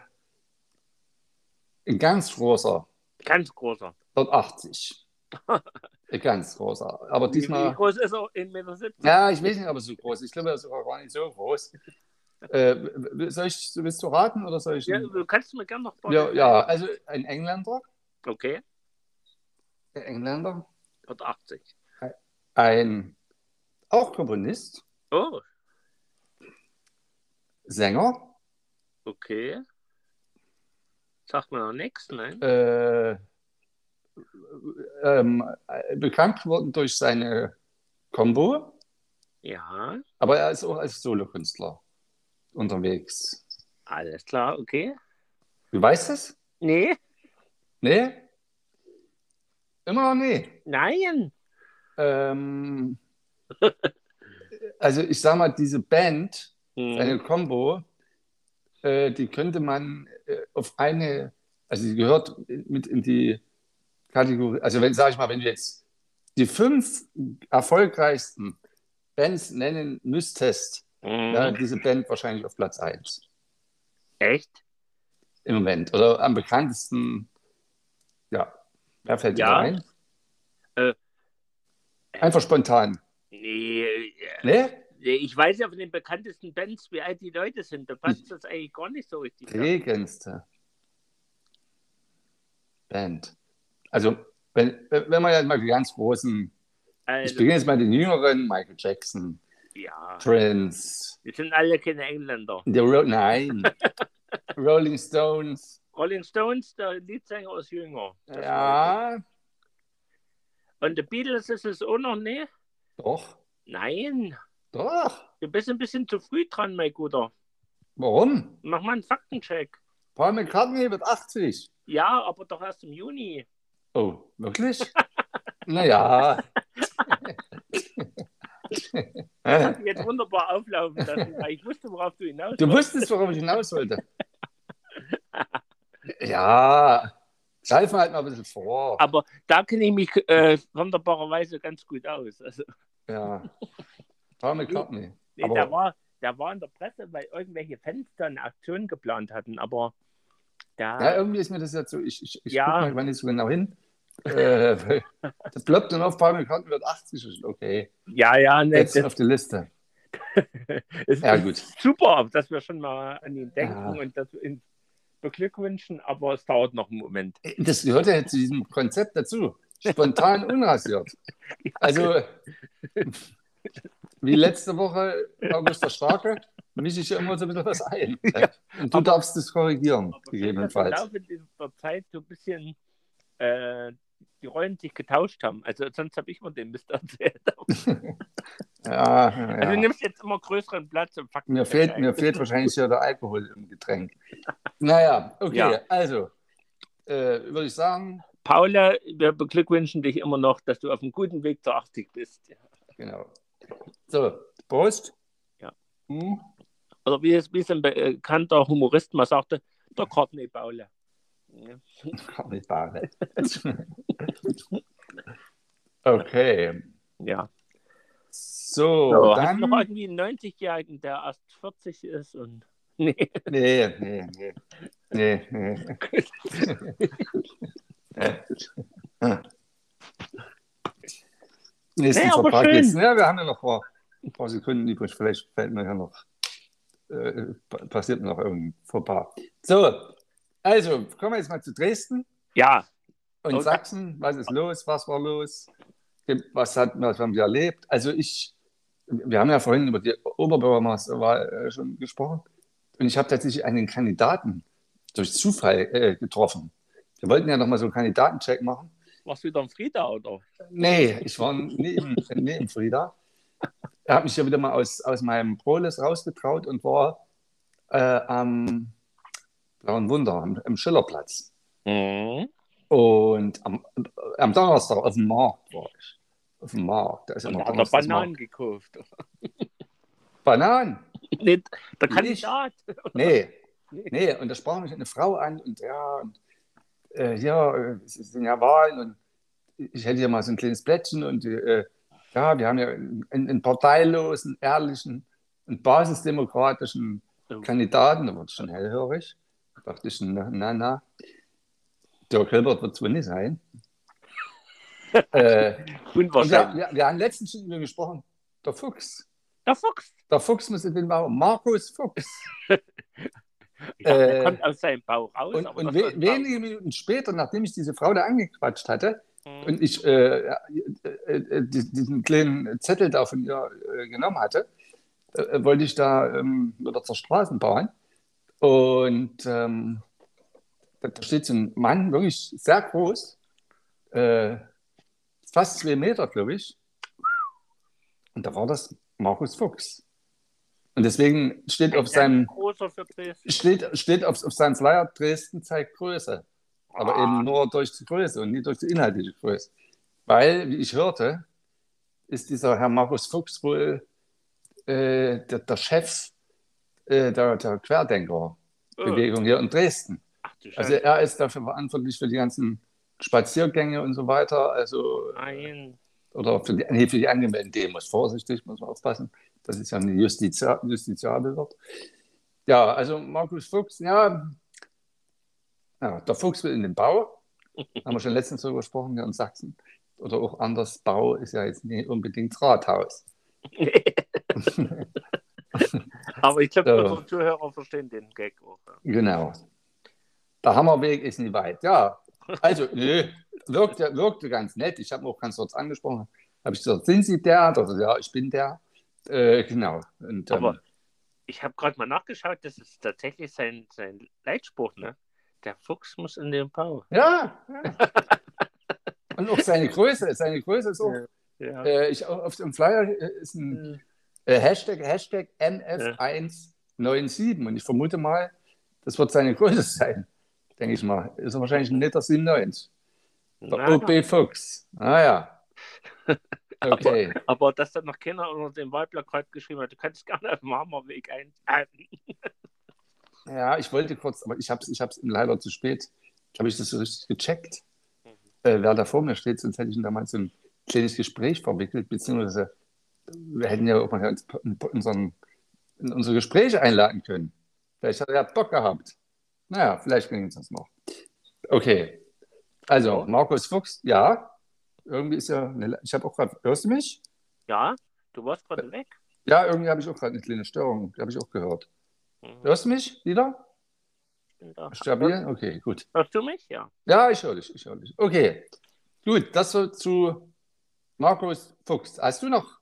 Speaker 1: ein ganz großer,
Speaker 2: Ganz großer. *laughs*
Speaker 1: 180. Ein ganz großer. Aber
Speaker 2: Wie
Speaker 1: diesmal.
Speaker 2: groß ist er? 1,70 Meter.
Speaker 1: Ja, ich weiß nicht, ob er so groß ist. Ich glaube, er ist sogar gar nicht so groß. Äh, w- w- soll ich, willst du raten oder soll ich.
Speaker 2: Ja, du kannst mir gerne noch ein paar-
Speaker 1: ja, ja, also ein Engländer.
Speaker 2: Okay,
Speaker 1: Ein Engländer.
Speaker 2: und 80.
Speaker 1: Ein auch Komponist,
Speaker 2: Oh,
Speaker 1: Sänger.
Speaker 2: okay. Sagt mir noch nichts, nein?
Speaker 1: Äh, ähm, äh, bekannt geworden durch seine Combo,
Speaker 2: Ja,
Speaker 1: aber er ist auch als Solokünstler unterwegs.
Speaker 2: alles klar, okay.
Speaker 1: Du weißt es?
Speaker 2: Nee,
Speaker 1: Nee? Immer noch nee.
Speaker 2: nein.
Speaker 1: Ähm, also ich sag mal, diese Band, eine
Speaker 2: Mhm.
Speaker 1: Combo, äh, die könnte man äh, auf eine, also die gehört mit in die Kategorie, also wenn, sag ich mal, wenn du jetzt die fünf erfolgreichsten Bands nennen müsstest,
Speaker 2: Mhm.
Speaker 1: wäre diese Band wahrscheinlich auf Platz 1
Speaker 2: Echt?
Speaker 1: im Moment. Oder am bekanntesten, ja, wer fällt dir
Speaker 2: Ja.
Speaker 1: da ein?
Speaker 2: Äh.
Speaker 1: Einfach spontan.
Speaker 2: Nee, äh,
Speaker 1: Ne?
Speaker 2: nee, ich weiß ja von den bekanntesten Bands, wie alt die Leute sind. Da passt das eigentlich gar nicht so richtig.
Speaker 1: prägendste Band. Also, wenn, wenn man jetzt mal die ganz großen, ich
Speaker 2: Also,
Speaker 1: beginne jetzt mal den jüngeren, Michael Jackson,
Speaker 2: ja,
Speaker 1: Prince,
Speaker 2: die sind alle keine Engländer.
Speaker 1: The Ro Nein, Rolling Stones,
Speaker 2: Rolling Stones, der Leadsänger ist jünger. Das weiß
Speaker 1: ja,
Speaker 2: ich. Und The Beatles ist es auch noch, ne?
Speaker 1: doch,
Speaker 2: Nein.
Speaker 1: doch.
Speaker 2: Du bist ein bisschen zu früh dran, mein Guter.
Speaker 1: Warum?
Speaker 2: Mach mal einen Faktencheck.
Speaker 1: Paul McCartney wird 80.
Speaker 2: Ja, aber doch erst im Juni.
Speaker 1: Oh, wirklich? *laughs* naja.
Speaker 2: Das hat mich jetzt wunderbar auflaufen
Speaker 1: *laughs*
Speaker 2: lassen, weil ich wusste, worauf du hinaus
Speaker 1: Du wusstest, worauf ich hinaus
Speaker 2: *laughs*
Speaker 1: wollte. Ja, greif mal halt mal ein bisschen vor.
Speaker 2: Aber da kenne ich mich äh, wunderbarerweise ganz gut aus. Also,
Speaker 1: Ja. Paul McCartney.
Speaker 2: nee,
Speaker 1: Aber-
Speaker 2: der, war, der war in der Presse, weil irgendwelche Fenster eine Aktion geplant hatten, aber
Speaker 1: Ja, äh,
Speaker 2: da,
Speaker 1: irgendwie ist mir das jetzt so, ich, ich, ich
Speaker 2: Ja.
Speaker 1: guck mal gar nicht so genau hin. *laughs* Äh, das ploppt dann auf, Paul McCartney wird 80. Okay,
Speaker 2: ja, ja, ne,
Speaker 1: jetzt
Speaker 2: das, *laughs*
Speaker 1: auf die Liste.
Speaker 2: es
Speaker 1: Ja,
Speaker 2: ist
Speaker 1: gut.
Speaker 2: super, dass wir schon mal an ihn denken
Speaker 1: Ja.
Speaker 2: und dass wir ihn beglückwünschen, aber es dauert noch einen Moment.
Speaker 1: Das gehört ja zu diesem Konzept dazu. Spontan unrasiert. Also, wie letzte Woche Augusta Starke, mische ich ja immer so ein bisschen was ein. Und du darfst es korrigieren,
Speaker 2: Aber schön, dass im
Speaker 1: gegebenenfalls.
Speaker 2: Laufe dieser Zeit so ein bisschen äh, die Rollen sich getauscht haben. Also sonst habe ich immer den Mist *laughs* erzählt.
Speaker 1: Ja,
Speaker 2: Also du
Speaker 1: ja.
Speaker 2: nimmst jetzt immer größeren Platz im Fakten.
Speaker 1: Mir, fehlt, mir fehlt wahrscheinlich ja der Alkohol im Getränk. Naja, okay,
Speaker 2: Ja.
Speaker 1: also, äh, würde ich sagen,
Speaker 2: Paula, wir beglückwünschen dich immer noch, dass du auf einem guten Weg zu 80 bist.
Speaker 1: genau. So, Prost.
Speaker 2: Ja.
Speaker 1: Hm.
Speaker 2: Oder Also wie es wie es ein bekannter Humorist mal sagte, der Courtney Paula. Ja.
Speaker 1: Kommentare. *laughs* okay.
Speaker 2: ja.
Speaker 1: So,
Speaker 2: So, hast
Speaker 1: dann.
Speaker 2: du noch irgendwie einen 90-Jährigen, der erst 40 ist und. *laughs* Nee.
Speaker 1: Nee, nee, nee. Nee, nee. *laughs* Nächsten
Speaker 2: Nee, aber
Speaker 1: Vertrag
Speaker 2: schön.
Speaker 1: geht's. Ja, wir haben ja noch vor ein paar Sekunden übrig. Vielleicht fällt mir ja noch. Äh, pa- passiert mir noch irgendein Fauxpas. So, also, kommen wir jetzt mal zu Dresden
Speaker 2: Ja,
Speaker 1: und
Speaker 2: Okay.
Speaker 1: Sachsen. Was ist los? Was war los? Was, hat, was haben wir erlebt? Also, ich. Wir haben ja vorhin über die Oberbürgermeisterwahl äh, schon gesprochen. Und ich habe tatsächlich einen Kandidaten durch Zufall äh, getroffen. Wir wollten ja nochmal so einen Kandidatencheck machen.
Speaker 2: warst du wieder im Frieda oder?
Speaker 1: Nee, ich war *laughs* neben, neben Frieda. Er hat mich ja wieder mal aus, aus meinem Proles rausgetraut und war äh, am Blauen Wunder, am, am Schillerplatz.
Speaker 2: Mhm.
Speaker 1: Und am, am Donnerstag auf dem Markt war ich. Auf dem Markt. Da ist
Speaker 2: Und
Speaker 1: immer
Speaker 2: da hat er
Speaker 1: Donnerstags
Speaker 2: Bananen
Speaker 1: Markt.
Speaker 2: gekauft.
Speaker 1: Bananen?
Speaker 2: Nee, der
Speaker 1: Nicht.
Speaker 2: Kandidat.
Speaker 1: Nee, nee. Und da sprach mich eine Frau an und ja, und, äh, ja, äh, es sind ja Wahlen und ich hätte ja mal so ein kleines Plättchen und äh, ja, wir haben ja einen, einen parteilosen, ehrlichen und basisdemokratischen Kandidaten, da wurde ich schon hellhörig. Da dachte ich, na, na, na. Dirk Hilbert wird es wohl nicht sein. äh, und wir,
Speaker 2: Unwahrscheinlich.
Speaker 1: wir, wir haben letztens schon über ihn gesprochen, der Fuchs.
Speaker 2: Der Fuchs.
Speaker 1: Der Fuchs muss in den Bau. Markus Fuchs.
Speaker 2: Ja, der
Speaker 1: Äh,
Speaker 2: kommt aus seinem Bau raus.
Speaker 1: Und,
Speaker 2: aber
Speaker 1: und
Speaker 2: das
Speaker 1: we
Speaker 2: war ein
Speaker 1: wenige Minuten später, nachdem ich diese Frau da angequatscht hatte
Speaker 2: Bau.
Speaker 1: und ich äh, äh, äh, äh, die- diesen kleinen Zettel da von ihr äh, genommen hatte, äh, äh, wollte ich da ähm, wieder zur Straßenbahn. Und ähm, da da steht so ein Mann, wirklich sehr groß, äh, fast zwei Meter, glaube ich. Und da war das Markus Fuchs. Und deswegen steht auf seinem
Speaker 2: großer für Dresden.
Speaker 1: steht, steht auf, auf seinem Flyer, Dresden zeigt Größe. Aber eben nur durch die Größe und nicht durch die inhaltliche Größe. Weil, wie ich hörte, ist dieser Herr Markus Fuchs wohl äh, der, der Chef äh, der, der Querdenker-Bewegung hier in Dresden.
Speaker 2: Ach du
Speaker 1: Also
Speaker 2: Scheiße.
Speaker 1: er ist dafür verantwortlich für die ganzen Spaziergänge und so weiter. Also,
Speaker 2: Nein. *laughs*
Speaker 1: oder für die, nee, für die angemeldeten Demos. Vorsichtig, muss man aufpassen, dass es ja eine Justizia, justiziabel wird. Ja, also Markus Fuchs, ja, ja, der Fuchs will in den Bau, haben wir schon letztens darüber gesprochen, hier in Sachsen. Oder auch anders, Bau ist ja jetzt nicht unbedingt das Rathaus.
Speaker 2: Aber ich glaube,
Speaker 1: So.
Speaker 2: unsere Zuhörer verstehen den Gag auch.
Speaker 1: Genau. Der Hammerweg ist nie weit, ja. Also, nö, wirkte, wirkte ganz nett. Ich habe ihn auch ganz kurz angesprochen. Habe ich gesagt, sind Sie der? Oder, ja, ich bin der. Äh, genau. Und, ähm,
Speaker 2: Aber ich habe gerade mal nachgeschaut, das ist tatsächlich sein, sein Leitspruch, ne? Der Fuchs muss in den Bau.
Speaker 1: Ja, ja. Und auch seine Größe, seine Größe ist auch,
Speaker 2: Ja.
Speaker 1: äh, ich, auf dem Flyer äh, ist ein äh, Hashtag, Hashtag MF197 und ich vermute mal, das wird seine Größe sein, denke ich mal. Ist er wahrscheinlich ein Meter 97. Der
Speaker 2: Na,
Speaker 1: OB Fuchs. Naja. Okay.
Speaker 2: aber dass da noch keiner unter dem Wahlplakat geschrieben hat, du kannst gerne auf dem Hammerweg ein. Ah,
Speaker 1: Ja, ich wollte kurz, aber ich habe es ich hab's leider zu spät, habe ich das so richtig gecheckt, äh, wer da vor mir steht, sonst hätte ich ihn damals so ein kleines Gespräch verwickelt, beziehungsweise wir hätten ja auch mal ins- in, unseren, in unsere Gespräche einladen können. Vielleicht hat er ja Bock gehabt. Naja, vielleicht ging es uns noch. Okay, also Markus Fuchs, ja, irgendwie ist ja, eine, Le- ich habe auch gerade, hörst du mich? Äh,
Speaker 2: Ja, du warst gerade weg.
Speaker 1: Ja, irgendwie habe ich auch gerade eine kleine Störung. Die habe ich auch gehört.
Speaker 2: Mhm,
Speaker 1: Hörst du mich wieder?
Speaker 2: Ja.
Speaker 1: Stabil? Okay, gut.
Speaker 2: Hörst du mich? Ja.
Speaker 1: Ja, ich höre dich, ich höre dich. Okay, gut, das so zu Markus Fuchs. Hast du noch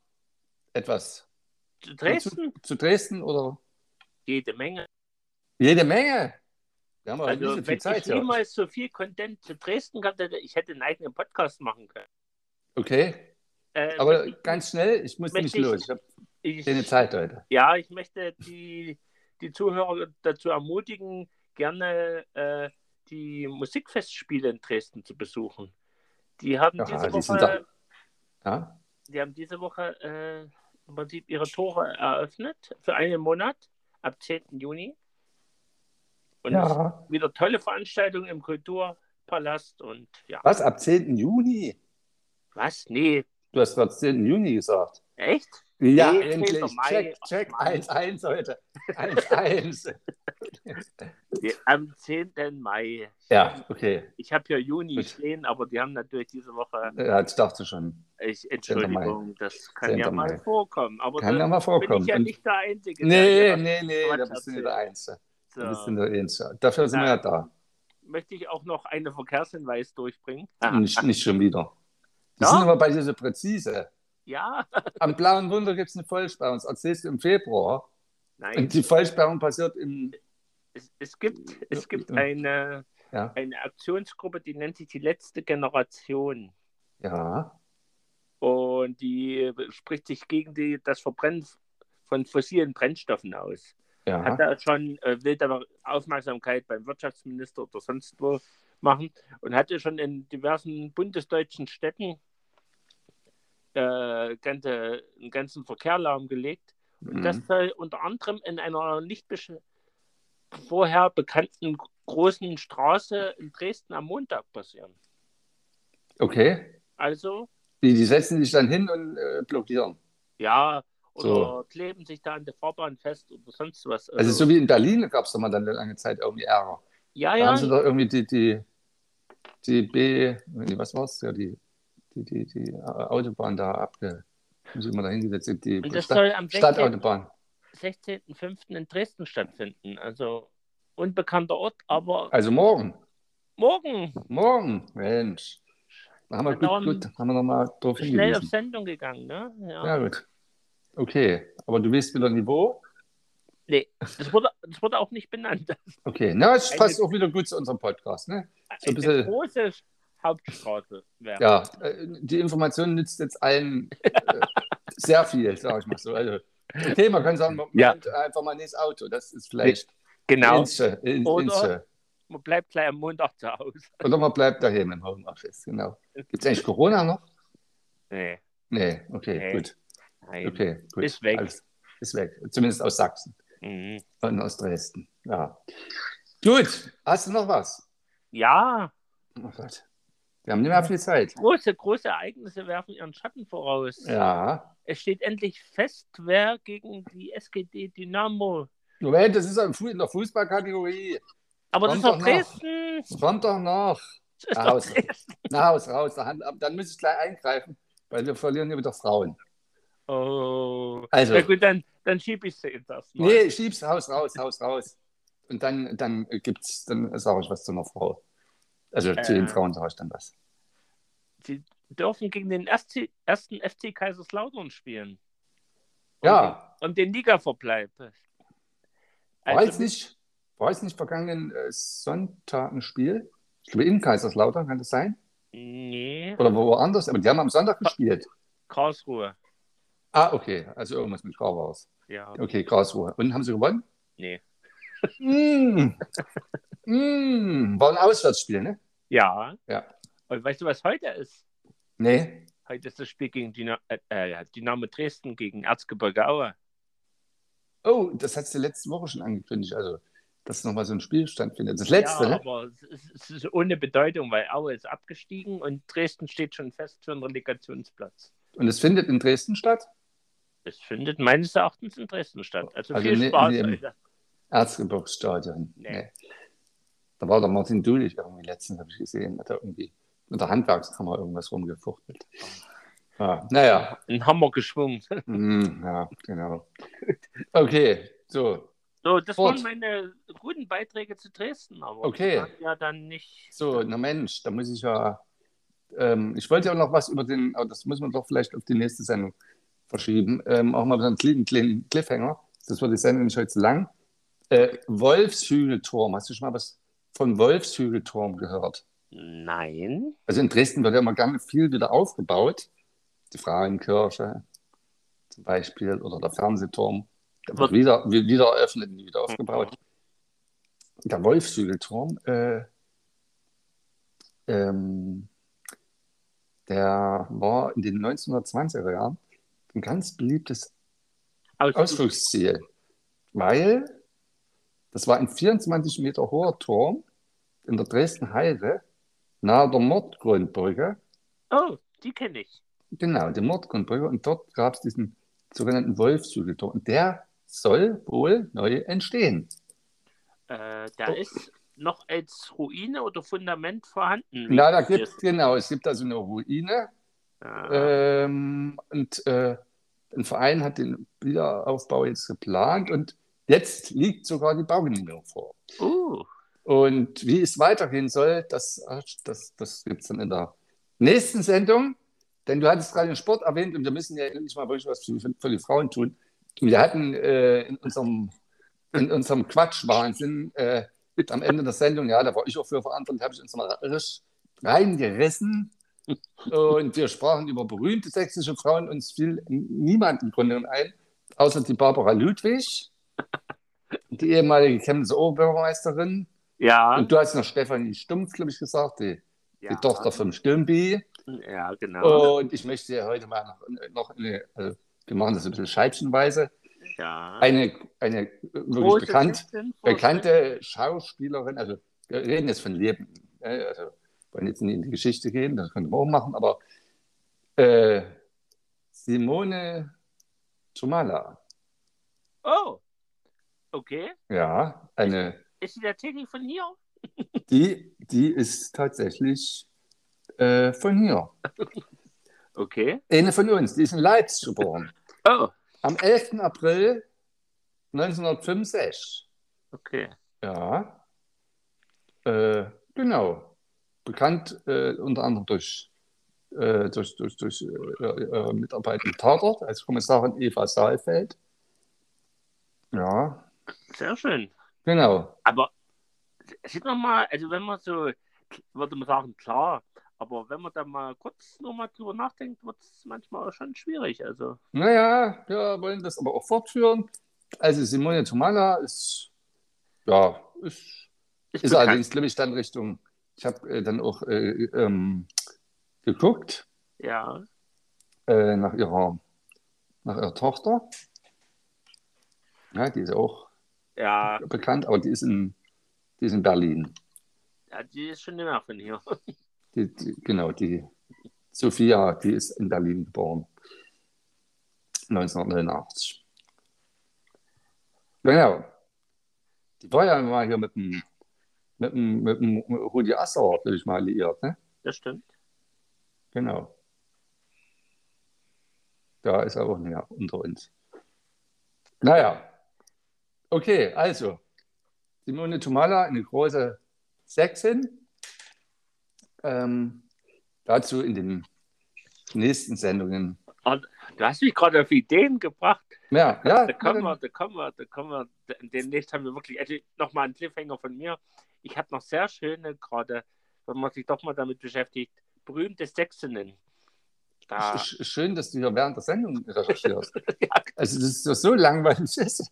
Speaker 1: etwas
Speaker 2: Zu Dresden?
Speaker 1: zu Dresden oder?
Speaker 2: Jede Menge.
Speaker 1: Jede Menge. Wir haben also,
Speaker 2: Also,
Speaker 1: nicht so
Speaker 2: wenn
Speaker 1: viel Zeit
Speaker 2: ich
Speaker 1: hier.
Speaker 2: niemals so viel Content zu Dresden gehabt hätte, ich hätte einen eigenen Podcast machen können.
Speaker 1: Okay,
Speaker 2: Äh,
Speaker 1: aber ganz schnell, ich muss
Speaker 2: Möchte
Speaker 1: nicht
Speaker 2: ich-
Speaker 1: los. Ich habe
Speaker 2: ich,
Speaker 1: keine Zeit heute.
Speaker 2: Ja, ich möchte die, die Zuhörer dazu ermutigen, gerne äh, die Musikfestspiele in Dresden zu besuchen. Die haben
Speaker 1: Ja,
Speaker 2: diese
Speaker 1: die sind
Speaker 2: Woche,
Speaker 1: Ja?
Speaker 2: die haben diese Woche äh, im Prinzip ihre Tore eröffnet für einen Monat ab 10. Juni. Und es
Speaker 1: ja.
Speaker 2: ist wieder tolle Veranstaltungen im Kulturpalast und ja.
Speaker 1: Was, ab 10. Juni?
Speaker 2: Was? Nee,
Speaker 1: Du hast gerade 10. Juni gesagt.
Speaker 2: echt?
Speaker 1: Ja,
Speaker 2: Nee, 10.
Speaker 1: endlich.
Speaker 2: Mai.
Speaker 1: Check, check. 1-1 heute. *laughs* 1-1.
Speaker 2: Nee, Am 10. Mai.
Speaker 1: ja, okay.
Speaker 2: Ich habe hier Juni
Speaker 1: Gut.
Speaker 2: stehen, aber die haben natürlich diese Woche
Speaker 1: Ja, ich dachte schon.
Speaker 2: Ich,
Speaker 1: 10. Äh, Mai.
Speaker 2: Entschuldigung, das kann
Speaker 1: 10.
Speaker 2: ja mal
Speaker 1: Mai.
Speaker 2: vorkommen. Aber
Speaker 1: Kann
Speaker 2: da
Speaker 1: ja mal
Speaker 2: bin
Speaker 1: vorkommen.
Speaker 2: ich ja
Speaker 1: Und-
Speaker 2: nicht der Einzige.
Speaker 1: Nee,
Speaker 2: der hier
Speaker 1: nee, nee, da
Speaker 2: Quatsch
Speaker 1: bist du nicht
Speaker 2: erzählt.
Speaker 1: der Einzige.
Speaker 2: So,
Speaker 1: Da bist du nicht der Einzige. Dafür sind wir ja
Speaker 2: Ja.
Speaker 1: da.
Speaker 2: Möchte ich auch noch einen Verkehrshinweis durchbringen? Ah,
Speaker 1: Nicht, nicht schon wieder. Wir
Speaker 2: Ja?
Speaker 1: sind aber bei dir so präzise.
Speaker 2: *laughs* ja,
Speaker 1: Am Blauen Wunder gibt es eine Vollsperrung. Das erzählst du im Februar.
Speaker 2: nein.
Speaker 1: Und die Vollsperrung passiert im.
Speaker 2: Es, es gibt, es gibt
Speaker 1: Ja.
Speaker 2: eine,
Speaker 1: Ja.
Speaker 2: eine Aktionsgruppe, die nennt sich die letzte Generation.
Speaker 1: Ja.
Speaker 2: Und die spricht sich gegen die, das Verbrennen von fossilen Brennstoffen aus. hat
Speaker 1: Ja.
Speaker 2: er schon, äh, will da Aufmerksamkeit beim Wirtschaftsminister oder sonst wo machen und hatte schon in diversen bundesdeutschen Städten äh, ganze, einen ganzen Verkehr lahmgelegt. Und das
Speaker 1: Mhm.
Speaker 2: soll unter anderem in einer nicht besch- vorher bekannten großen Straße in Dresden am Montag passieren.
Speaker 1: Okay.
Speaker 2: Also,
Speaker 1: Die, die setzen sich dann hin und äh, blockieren.
Speaker 2: ja, oder
Speaker 1: So.
Speaker 2: kleben sich da an der Fahrbahn fest oder sonst was.
Speaker 1: Also, so wie in Berlin gab es doch mal dann eine lange Zeit irgendwie Ärger.
Speaker 2: ja,
Speaker 1: Da
Speaker 2: Ah, ja,
Speaker 1: haben sie doch irgendwie die, die, die B, nee, was war's? Ja, die, die, die, die äh, Autobahn da abge. Haben sie immer da hingesetzt, die
Speaker 2: und das
Speaker 1: Stadt-
Speaker 2: soll am 16.
Speaker 1: Stadtautobahn.
Speaker 2: 16.05. in Dresden stattfinden. Also unbekannter Ort, aber
Speaker 1: Also morgen.
Speaker 2: morgen
Speaker 1: Morgen, Mensch. Da haben wir
Speaker 2: Darum-
Speaker 1: gut, gut, da haben wir nochmal drauf
Speaker 2: schnell auf
Speaker 1: hingewiesen.
Speaker 2: Sendung gegangen, ne? Ja.
Speaker 1: Ja, gut. Okay, aber du weißt wieder Niveau.
Speaker 2: Nee, das wurde, das wurde auch nicht benannt.
Speaker 1: Okay, na, es
Speaker 2: Eine-
Speaker 1: passt auch wieder gut zu unserem Podcast, ne? So ein
Speaker 2: Eine
Speaker 1: bisschen-
Speaker 2: große Hauptstraße wäre.
Speaker 1: Ja, äh, die Information nützt jetzt allen äh, sehr viel, sage ich mal so. Also, okay, man kann sagen, man
Speaker 2: Ja.
Speaker 1: nimmt einfach mal nächstes Auto, das ist vielleicht
Speaker 2: Genau.
Speaker 1: Insche, in,
Speaker 2: Oder-
Speaker 1: Insche.
Speaker 2: Man bleibt gleich am Montag zu Hause.
Speaker 1: Oder man bleibt daheim im Homeoffice, genau. Gibt es eigentlich Corona noch?
Speaker 2: Nee,
Speaker 1: Nee, okay,
Speaker 2: Nee.
Speaker 1: gut.
Speaker 2: nein.
Speaker 1: Okay, gut.
Speaker 2: Ist weg.
Speaker 1: Alles, ist weg, zumindest aus Sachsen.
Speaker 2: Mhm.
Speaker 1: Und aus Dresden, ja. Gut, hast du noch was?
Speaker 2: Ja,
Speaker 1: Oh Gott. Wir haben nicht mehr viel Zeit.
Speaker 2: große, große Ereignisse werfen ihren Schatten voraus.
Speaker 1: Ja.
Speaker 2: Es steht endlich fest, wer gegen die SGD Dynamo.
Speaker 1: Moment, das ist ja im Fu- in der Fußballkategorie.
Speaker 2: Aber das ist doch
Speaker 1: Kommt doch noch.
Speaker 2: Dresden.
Speaker 1: Das kommt doch noch.
Speaker 2: Das ist
Speaker 1: Ah,
Speaker 2: doch
Speaker 1: aus-
Speaker 2: Dresden.
Speaker 1: Na, raus, raus. da Hand ab. Dann muss ich gleich eingreifen, weil wir verlieren hier wieder Frauen.
Speaker 2: Oh.
Speaker 1: Also,
Speaker 2: Na gut, dann, dann schiebe ich sie jetzt erstmal.
Speaker 1: nee, schieb's raus, raus, raus, raus. Und dann, dann gibt's, dann sage ich was zu einer Frau. Also zu den
Speaker 2: Äh.
Speaker 1: Frauen sage ich dann was.
Speaker 2: Sie dürfen gegen den ersten, ersten FC Kaiserslautern spielen.
Speaker 1: Ja,
Speaker 2: Und den Ligaverbleib. Also
Speaker 1: war jetzt nicht, war jetzt nicht vergangenen äh, Sonntag ein Spiel? Ich glaube in Kaiserslautern, kann das sein?
Speaker 2: Nee,
Speaker 1: Oder wo- woanders? Aber die haben am
Speaker 2: Ah.
Speaker 1: Sonntag gespielt.
Speaker 2: Karlsruhe.
Speaker 1: Ah, okay. Also irgendwas mit Grau war's.
Speaker 2: Ja.
Speaker 1: Okay, Karlsruhe. Und haben sie gewonnen?
Speaker 2: Nee.
Speaker 1: Mm. Mm. War ein Auswärtsspiel, ne?
Speaker 2: ja.
Speaker 1: Ja.
Speaker 2: Und weißt du, was heute ist?
Speaker 1: Nee.
Speaker 2: Heute ist das Spiel gegen Dyna äh, äh, Dynamo Dresden gegen Erzgebirge Aue.
Speaker 1: Oh, das hast du letzte Woche schon angekündigt. Also, dass nochmal so ein Spiel stattfindet. Das letzte,
Speaker 2: ja,
Speaker 1: ne?
Speaker 2: aber es ist, es ist ohne Bedeutung, weil Aue ist abgestiegen und Dresden steht schon fest für einen Relegationsplatz.
Speaker 1: Und es findet in Dresden statt.
Speaker 2: Es findet meines Erachtens in Dresden statt. Also,
Speaker 1: Also
Speaker 2: viel
Speaker 1: nee,
Speaker 2: Spaß
Speaker 1: nee,
Speaker 2: heute.
Speaker 1: Erzgebirgsstadion.
Speaker 2: Nee.
Speaker 1: Nee. Da war der Martin Dulich irgendwie letztens, habe ich gesehen. Hat er irgendwie mit der Handwerkskammer irgendwas rumgefuchtelt. Ah, naja,
Speaker 2: Ein Hammer geschwungen. *laughs*
Speaker 1: Mm, ja, genau. *laughs* Okay, so,
Speaker 2: So, das
Speaker 1: Gut.
Speaker 2: waren meine guten Beiträge zu Dresden, aber
Speaker 1: Okay.
Speaker 2: die waren ja dann nicht.
Speaker 1: so, na Mensch, da muss ich ja. Ähm, ich wollte ja auch noch was über den, aber das müssen wir doch vielleicht auf die nächste Sendung verschieben. Ähm, auch mal so einen kleinen, kleinen Cliffhanger. Das wird die Sendung nicht heute zu lang. Äh, Wolfshügelturm, hast du schon mal was von Wolfshügelturm gehört?
Speaker 2: Nein.
Speaker 1: Also in Dresden wird ja immer ganz viel wieder aufgebaut. Die Frauenkirche zum Beispiel oder der Fernsehturm. Der wird
Speaker 2: Wird-
Speaker 1: wieder, wird wieder eröffnet und wieder aufgebaut. Der Wolfshügelturm, äh, ähm, der war in den 1920er Jahren ein ganz beliebtes
Speaker 2: Aus,
Speaker 1: Ausflugsziel, weil das war ein 24 Meter hoher Turm in der Dresden-Heide nahe der Nordgrundbrücke.
Speaker 2: oh, die kenne ich.
Speaker 1: Genau, die Mordgrundbrücke. Und dort gab es diesen sogenannten Wolfshügelturm. Und der soll wohl neu entstehen.
Speaker 2: Äh,
Speaker 1: Oh.
Speaker 2: da ist noch als Ruine oder Fundament vorhanden.
Speaker 1: Na, da gibt genau, es gibt also eine Ruine.
Speaker 2: Ah,
Speaker 1: Ähm, und äh, ein Verein hat den Wiederaufbau jetzt geplant. Und jetzt liegt sogar die Baugenehmigung vor.
Speaker 2: uh,
Speaker 1: Und wie es weitergehen soll, das, das, das gibt es dann in der nächsten Sendung. Denn du hattest gerade den Sport erwähnt und wir müssen ja endlich mal wirklich was für, für die Frauen tun. Und wir hatten äh, in unserem, in unserem Quatschwahnsinn äh, am Ende der Sendung, ja, da war ich auch für verantwortlich, habe ich uns mal richtig reingerissen. Und wir sprachen über berühmte sächsische Frauen. Uns fiel niemand im Grunde genommen ein, außer die Barbara Ludwig, die ehemalige Chemnitzer Oberbürgermeisterin.
Speaker 2: ja,
Speaker 1: Und du hast noch Stefanie Stumpf, glaube ich, gesagt, die,
Speaker 2: ja. also
Speaker 1: die Tochter Oh. vom Stumpi.
Speaker 2: Ja, genau.
Speaker 1: Und ich möchte ja heute mal noch, noch eine, also wir machen das ein bisschen scheibchenweise,
Speaker 2: ja.
Speaker 1: eine, eine
Speaker 2: Große
Speaker 1: wirklich bekannt,
Speaker 2: Christin, große
Speaker 1: bekannte Schauspielerin, also wir reden jetzt von Leben, ne? also wollen jetzt nicht in die Geschichte gehen, das können wir auch machen, aber äh, Simone Zumala,
Speaker 2: Christin. Oh, okay.
Speaker 1: ja, eine,
Speaker 2: Ist sie tatsächlich von hier?
Speaker 1: die, die ist tatsächlich äh, von hier.
Speaker 2: Okay.
Speaker 1: Eine von uns, die ist in Leipzig geboren.
Speaker 2: Oh,
Speaker 1: Am 11. April 1965.
Speaker 2: okay.
Speaker 1: Ja. Äh, genau. Bekannt äh, unter anderem durch, äh, durch, durch, durch äh, äh, Mitarbeit im Tatort als Kommissarin Eva Saalfeld. Ja,
Speaker 2: Sehr schön.
Speaker 1: genau.
Speaker 2: Aber sieht man mal, also wenn man so, würde man sagen, klar, aber wenn man da mal kurz nur mal drüber nachdenkt, wird es manchmal auch schon schwierig. Also,
Speaker 1: Naja, wir wollen das aber auch fortführen. Also Simone Tomala ist, ja, ist Ist also
Speaker 2: bekannt.
Speaker 1: allerdings, glaube ich, dann Richtung. Ich habe äh, dann auch äh, ähm, geguckt
Speaker 2: Ja,
Speaker 1: äh, nach, ihrer, nach ihrer Tochter. Ja, die ist auch
Speaker 2: ja,
Speaker 1: bekannt, aber die ist in, die ist in Berlin.
Speaker 2: ja, die ist schon nicht mehr von hier. *laughs*
Speaker 1: Die, die, genau, die Sophia, die ist in Berlin geboren. 1989. Genau. Die war ja mal hier mit dem, mit dem, mit dem Rudi Assauer, glaube ich, mal liiert, ne?
Speaker 2: Das stimmt.
Speaker 1: Genau. Da ist er auch nicht mehr unter uns. Naja. Okay, also. Simone Tomala, eine große Sechsin. Ähm, dazu in den nächsten Sendungen.
Speaker 2: Du hast mich gerade auf Ideen gebracht.
Speaker 1: Ja, ja.
Speaker 2: Da kommen wir, da kommen wir, da kommen wir. da- Demnächst haben wir wirklich, also nochmal ein Cliffhanger von mir. Ich habe noch sehr schöne, gerade, wenn man sich doch mal damit beschäftigt, berühmte Sächsinnen. Da,
Speaker 1: *laughs* Sch- sch- Schön, dass du hier während der Sendung recherchierst.
Speaker 2: *laughs* Ja.
Speaker 1: Also, das ist doch so langweilig. ist.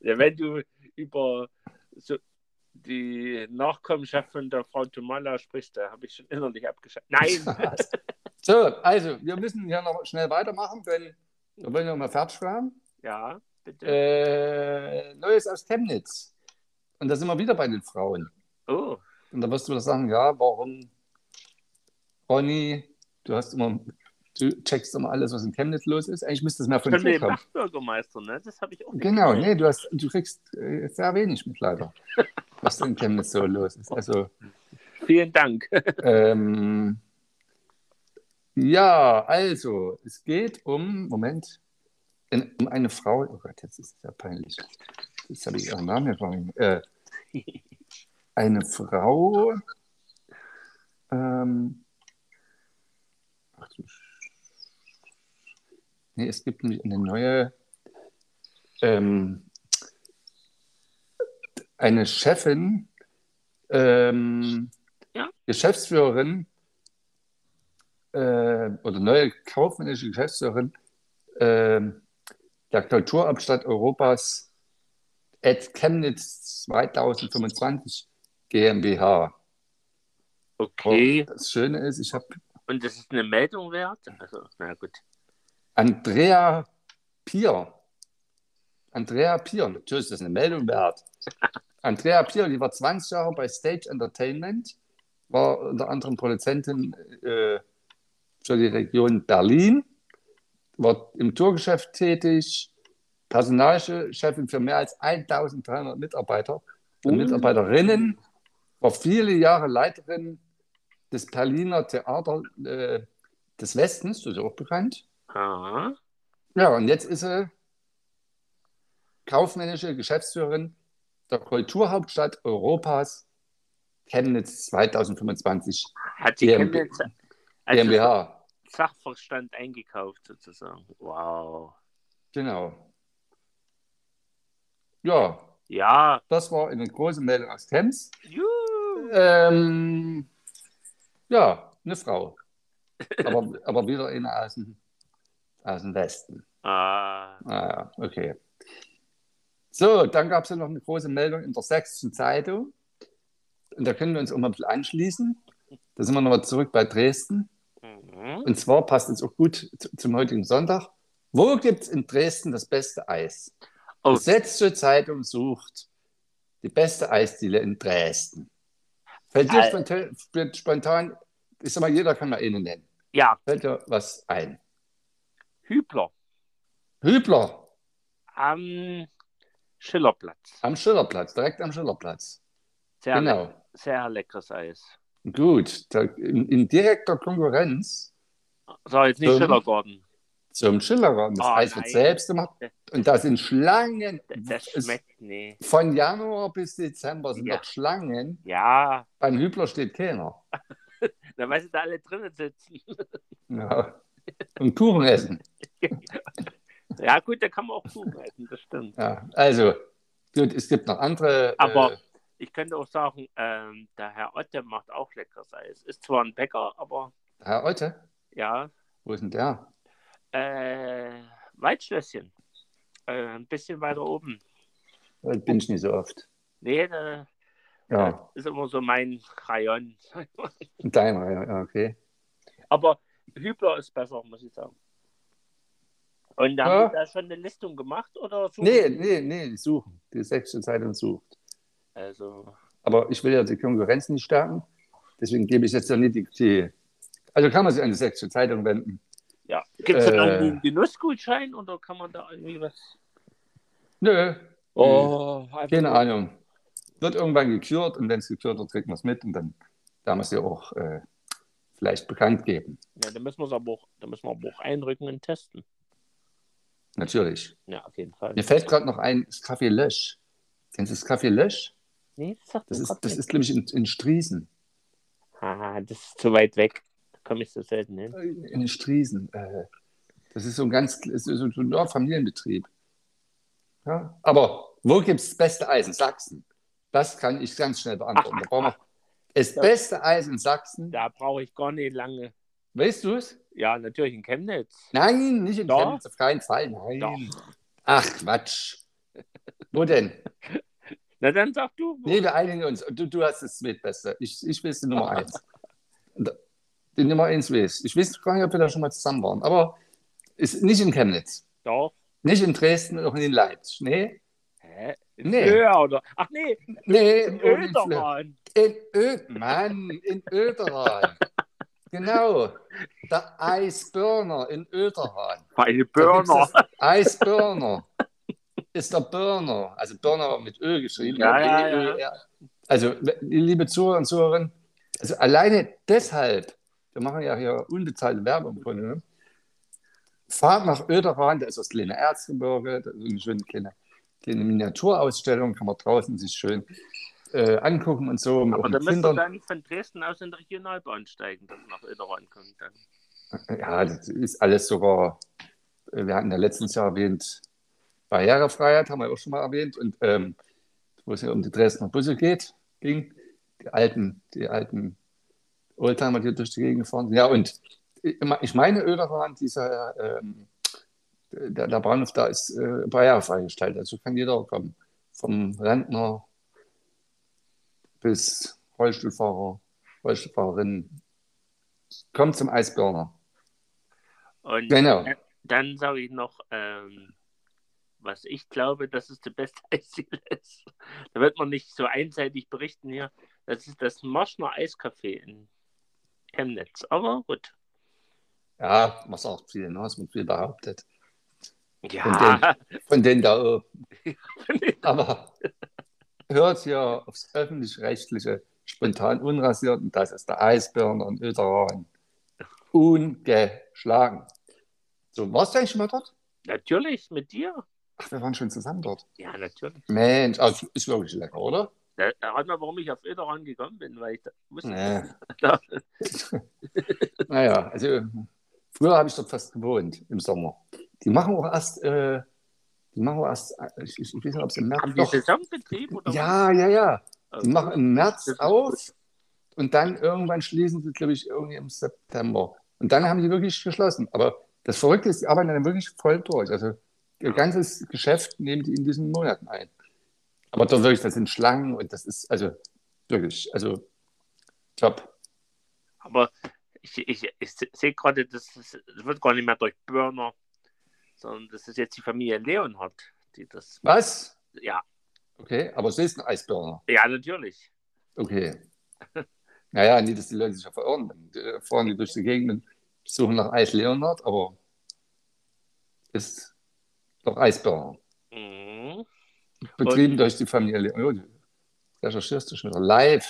Speaker 2: Ja, wenn du über so die Nachkommenschaft von der Frau Tomala sprichst, da habe ich schon innerlich
Speaker 1: *laughs*
Speaker 2: abgeschaltet. Nein!
Speaker 1: So, also, wir müssen hier noch schnell weitermachen, denn wir wollen noch mal fertig werden.
Speaker 2: ja, bitte.
Speaker 1: äh, Neues aus Chemnitz. Und da sind wir wieder bei den Frauen.
Speaker 2: Oh,
Speaker 1: Und da wirst du wieder sagen, ja, warum, Ronny, du hast immer, du checkst immer alles, was in Chemnitz los ist. Eigentlich müsste es mehr von
Speaker 2: von
Speaker 1: dir
Speaker 2: dem
Speaker 1: kommen.
Speaker 2: Nachtbürgermeister, ne? Das habe ich auch
Speaker 1: Genau,
Speaker 2: ne?
Speaker 1: nee, du, hast, du kriegst äh, sehr wenig mit leider, was in Chemnitz so los ist. Also,
Speaker 2: Vielen Dank.
Speaker 1: ähm, Ja, also, es geht um, Moment, in, um eine Frau, oh Gott, jetzt ist es ja peinlich. Jetzt habe ich ihren Namen gefallen. Äh, eine Frau, ähm, ach du Sch- Nee, es gibt nämlich eine neue, ähm, eine Chefin, ähm,
Speaker 2: Ja.
Speaker 1: Geschäftsführerin äh, oder neue kaufmännische Geschäftsführerin ähm, der Kulturhauptstadt Europas at Chemnitz 2025 GmbH.
Speaker 2: Okay.
Speaker 1: Das Schöne ist, ich habe
Speaker 2: Und das ist eine Meldung wert? Also, na gut.
Speaker 1: Andrea Pier. Andrea Pier, natürlich ist das eine Meldung wert. Andrea Pier, die war 20 Jahre bei Stage Entertainment, war unter anderem Produzentin äh, für die Region Berlin, war im Tourgeschäft tätig, Personalchefin für mehr als 1300 Mitarbeiter und
Speaker 2: Oh.
Speaker 1: Mitarbeiterinnen, war viele Jahre Leiterin des Berliner Theater äh, des Westens, das ist auch bekannt.
Speaker 2: Ah,
Speaker 1: Ja, und jetzt ist sie kaufmännische Geschäftsführerin der Kulturhauptstadt Europas Chemnitz 2025
Speaker 2: hat die
Speaker 1: GmbH.
Speaker 2: Chemnitz also
Speaker 1: GmbH.
Speaker 2: Sachverstand eingekauft sozusagen. Wow.
Speaker 1: Genau. Ja,
Speaker 2: Ja.
Speaker 1: das war eine große Meldung aus Chemnitz.
Speaker 2: Juhu.
Speaker 1: Ähm, ja, eine Frau. Aber, aber wieder eine aus dem, aus dem Westen.
Speaker 2: Ah,
Speaker 1: Ah, ja, okay. So, dann gab es ja noch eine große Meldung in der Sächsischen Zeitung. Und da können wir uns auch mal ein bisschen anschließen. Da sind wir nochmal zurück bei Dresden.
Speaker 2: mhm.
Speaker 1: Und zwar passt jetzt auch gut zu, zum heutigen Sonntag. Wo gibt es in Dresden das beste Eis?
Speaker 2: Oh.
Speaker 1: Die Sächsische Zeitung sucht die beste Eisdiele in Dresden. Fällt dir
Speaker 2: Al-
Speaker 1: spontan, fällt spontan, ich sag mal, jeder kann mal eine nennen.
Speaker 2: Ja,
Speaker 1: Fällt dir was ein?
Speaker 2: Hübler
Speaker 1: Hübler
Speaker 2: am Schillerplatz.
Speaker 1: am Schillerplatz, direkt am Schillerplatz.
Speaker 2: Sehr, le
Speaker 1: genau.
Speaker 2: sehr leckeres Eis.
Speaker 1: Gut, da, in, in direkter Konkurrenz
Speaker 2: So, jetzt nicht
Speaker 1: Ähm.
Speaker 2: Schillergarten.
Speaker 1: zum Schillergarten. Das
Speaker 2: Oh,
Speaker 1: Eis wird
Speaker 2: nein.
Speaker 1: selbst gemacht. Und da sind Schlangen.
Speaker 2: D- Das
Speaker 1: Es-
Speaker 2: schmeckt nicht.
Speaker 1: Von Januar bis Dezember sind
Speaker 2: Ja.
Speaker 1: dort Schlangen.
Speaker 2: Ja,
Speaker 1: Beim Hübler steht keiner.
Speaker 2: na, weil sie da alle drinnen sitzen.
Speaker 1: Ja. Und Kuchen essen.
Speaker 2: Ja, gut, da kann man auch Kuchen essen, das stimmt.
Speaker 1: Ja. Also, gut, es gibt noch andere.
Speaker 2: Aber-
Speaker 1: äh,
Speaker 2: Ich könnte auch sagen, ähm, der Herr Otte macht auch leckeres Eis. Ist zwar ein Bäcker, aber
Speaker 1: Herr Otte,
Speaker 2: ja.
Speaker 1: wo ist denn der?
Speaker 2: Äh, Waldschlösschen. Äh, ein bisschen weiter oben.
Speaker 1: Da bin ich nicht so oft.
Speaker 2: Nee, da
Speaker 1: Ja,
Speaker 2: ist immer so mein Rayon. *laughs*
Speaker 1: deiner, ja, ja, okay.
Speaker 2: Aber Hübler ist besser, muss ich sagen. Und da
Speaker 1: Ja.
Speaker 2: haben die da schon eine Listung gemacht oder so?
Speaker 1: Nee, nee, nee, die suchen. Die Sächsische Zeitung sucht.
Speaker 2: Also,
Speaker 1: Aber ich will ja die Konkurrenz nicht stärken. Deswegen gebe ich jetzt ja nicht die, die. Also kann man sich an die sächsische Zeitung wenden.
Speaker 2: ja. Gibt es da
Speaker 1: Äh.
Speaker 2: irgendwie einen Genussgutschein oder kann man da irgendwie was? Oh,
Speaker 1: Nö.
Speaker 2: einfach
Speaker 1: Keine
Speaker 2: nur-
Speaker 1: Ahnung. Wird irgendwann gekürt und wenn es gekürt wird, kriegt man es mit und dann darf man es ja auch äh, vielleicht bekannt geben.
Speaker 2: Ja, da müssen wir es aber auch, da müssen wir aber auch einrücken und testen.
Speaker 1: Natürlich.
Speaker 2: Ja, auf jeden Fall.
Speaker 1: Mir fällt gerade noch ein, das Café Lösch. Kennst du das Café Lösch?
Speaker 2: Nee, das sagt
Speaker 1: Das
Speaker 2: mir
Speaker 1: ist,
Speaker 2: grad
Speaker 1: das
Speaker 2: nichts.
Speaker 1: ist glaube ich, in, in Striesen.
Speaker 2: Ah, das ist zu weit weg. Da komme ich so selten ne? hin.
Speaker 1: In Striesen. Äh, das ist so ein ganz das ist so ein Dorffamilienbetrieb. Ja? Aber wo gibt es das beste Eis in Sachsen? Das kann ich ganz schnell beantworten. Da brauchen wir das beste Eis in Sachsen.
Speaker 2: Da brauche ich gar nicht lange.
Speaker 1: Weißt du es?
Speaker 2: Ja, natürlich in Chemnitz.
Speaker 1: Nein, nicht in
Speaker 2: Doch.
Speaker 1: Chemnitz, auf keinen Fall. Nein. Ach, Quatsch. Wo denn?
Speaker 2: Na dann sag du. wo-
Speaker 1: Nee, wir einigen uns. Du, du hast das zweitbeste. Ich, ich weiß die Nummer eins. Und Die Nummer eins weiß. Ich weiß gar nicht, ob wir da schon mal zusammen waren. Aber ist nicht in Chemnitz.
Speaker 2: Doch.
Speaker 1: Nicht in Dresden und auch nicht in Leipzig. Nee,
Speaker 2: Hä?
Speaker 1: Nee.
Speaker 2: Ja, oder? Ach nee,
Speaker 1: Nee,
Speaker 2: in
Speaker 1: und in Flö-
Speaker 2: Öderan.
Speaker 1: In Ö Mann, in Öderan. genau. Der Eisbirner in Öderan. Da
Speaker 2: Meine
Speaker 1: gibt's
Speaker 2: Burner.
Speaker 1: das
Speaker 2: *laughs*
Speaker 1: Eisbirner. Ist der Birner. Also Birner mit Ö geschrieben. E,
Speaker 2: Ja, ja, ja.
Speaker 1: B-Ö-R. Also, liebe Zuhörer und Zuhörerinnen, also alleine deshalb, wir machen ja hier unbezahlte Werbung von. Ne? Fahrt nach Oederan, da ist das kleine Erzgebirge, da ist eine schöne kleine, kleine Miniaturausstellung, kann man draußen sich schön äh, angucken und so.
Speaker 2: Aber
Speaker 1: auch
Speaker 2: da
Speaker 1: mit
Speaker 2: müsst ihr
Speaker 1: Kindern.
Speaker 2: dann von Dresden aus in die Regionalbahn steigen, dass ihr nach Öderon kommt. Dann.
Speaker 1: Ja, das ist alles sogar, äh, wir hatten ja letztens ja erwähnt, Barrierefreiheit haben wir auch schon mal erwähnt und ähm, wo es ja um die Dresdner Busse geht, ging, die alten, die alten Oldtimer, die durch die Gegend gefahren sind. Ja, und ich me- ich meine, Öderan, dieser, ähm, der, der Bahnhof da ist äh, barrierefrei gestaltet, also kann jeder kommen. Vom Rentner bis Rollstuhlfahrer, Rollstuhlfahrerinnen. Kommt zum Eisbirner.
Speaker 2: Und
Speaker 1: Genau.
Speaker 2: äh, dann sage ich noch, ähm, was ich glaube, dass es der beste *laughs* Eisdiele ist. Da wird man nicht so einseitig berichten hier. Das ist das Marschner Eiscafé in Chemnitz. Aber gut.
Speaker 1: Ja, was auch viel, ne? Es wird viel behauptet. *laughs*
Speaker 2: Ja,
Speaker 1: Von denen da oben.
Speaker 2: *laughs* von den-
Speaker 1: Aber hört hier aufs öffentlich-rechtliche, spontan unrasiert, und das ist der Eisbirner und Öderan. Ungeschlagen. So, warst du eigentlich schon mal dort?
Speaker 2: natürlich mit dir.
Speaker 1: Ach, wir waren schon zusammen dort.
Speaker 2: Ja, natürlich.
Speaker 1: Mensch, also, ist wirklich lecker, oder?
Speaker 2: Da, da hat man, warum ich auf Öderon gekommen bin, weil ich da wusste, *laughs*
Speaker 1: Nee. naja, also früher habe ich dort fast gewohnt im Sommer. Die machen auch erst, äh, die machen auch erst, ich, ich, ich weiß nicht, ob es im März
Speaker 2: haben die
Speaker 1: doch-
Speaker 2: Saisonbetrieb oder
Speaker 1: Ja, ja, ja.
Speaker 2: was? Also
Speaker 1: Die machen im März
Speaker 2: Das ist
Speaker 1: auf und dann irgendwann schließen sie, glaube ich, irgendwie im September. Und dann haben die wirklich geschlossen. Aber das Verrückte ist, die arbeiten dann wirklich voll durch. Also ihr ganzes Geschäft nehmen die in diesen Monaten ein. Aber da wirklich, das sind Schlangen und das ist, also wirklich, also top.
Speaker 2: Aber ich, ich, ich sehe gerade, das, ist, das wird gar nicht mehr durch Börner, sondern das ist jetzt die Familie Leonhardt, die das.
Speaker 1: Was?
Speaker 2: Ja,
Speaker 1: Okay, aber sie ist ein Eisbirner.
Speaker 2: ja, natürlich.
Speaker 1: Okay. Naja, nicht, dass die Leute sich ja verirren. Die fahren die durch die Gegend und suchen nach Eis Leonard, aber ist doch Eisbauer.
Speaker 2: Mhm.
Speaker 1: Betrieben durch die Familie Leonard. Recherchierst du schon wieder live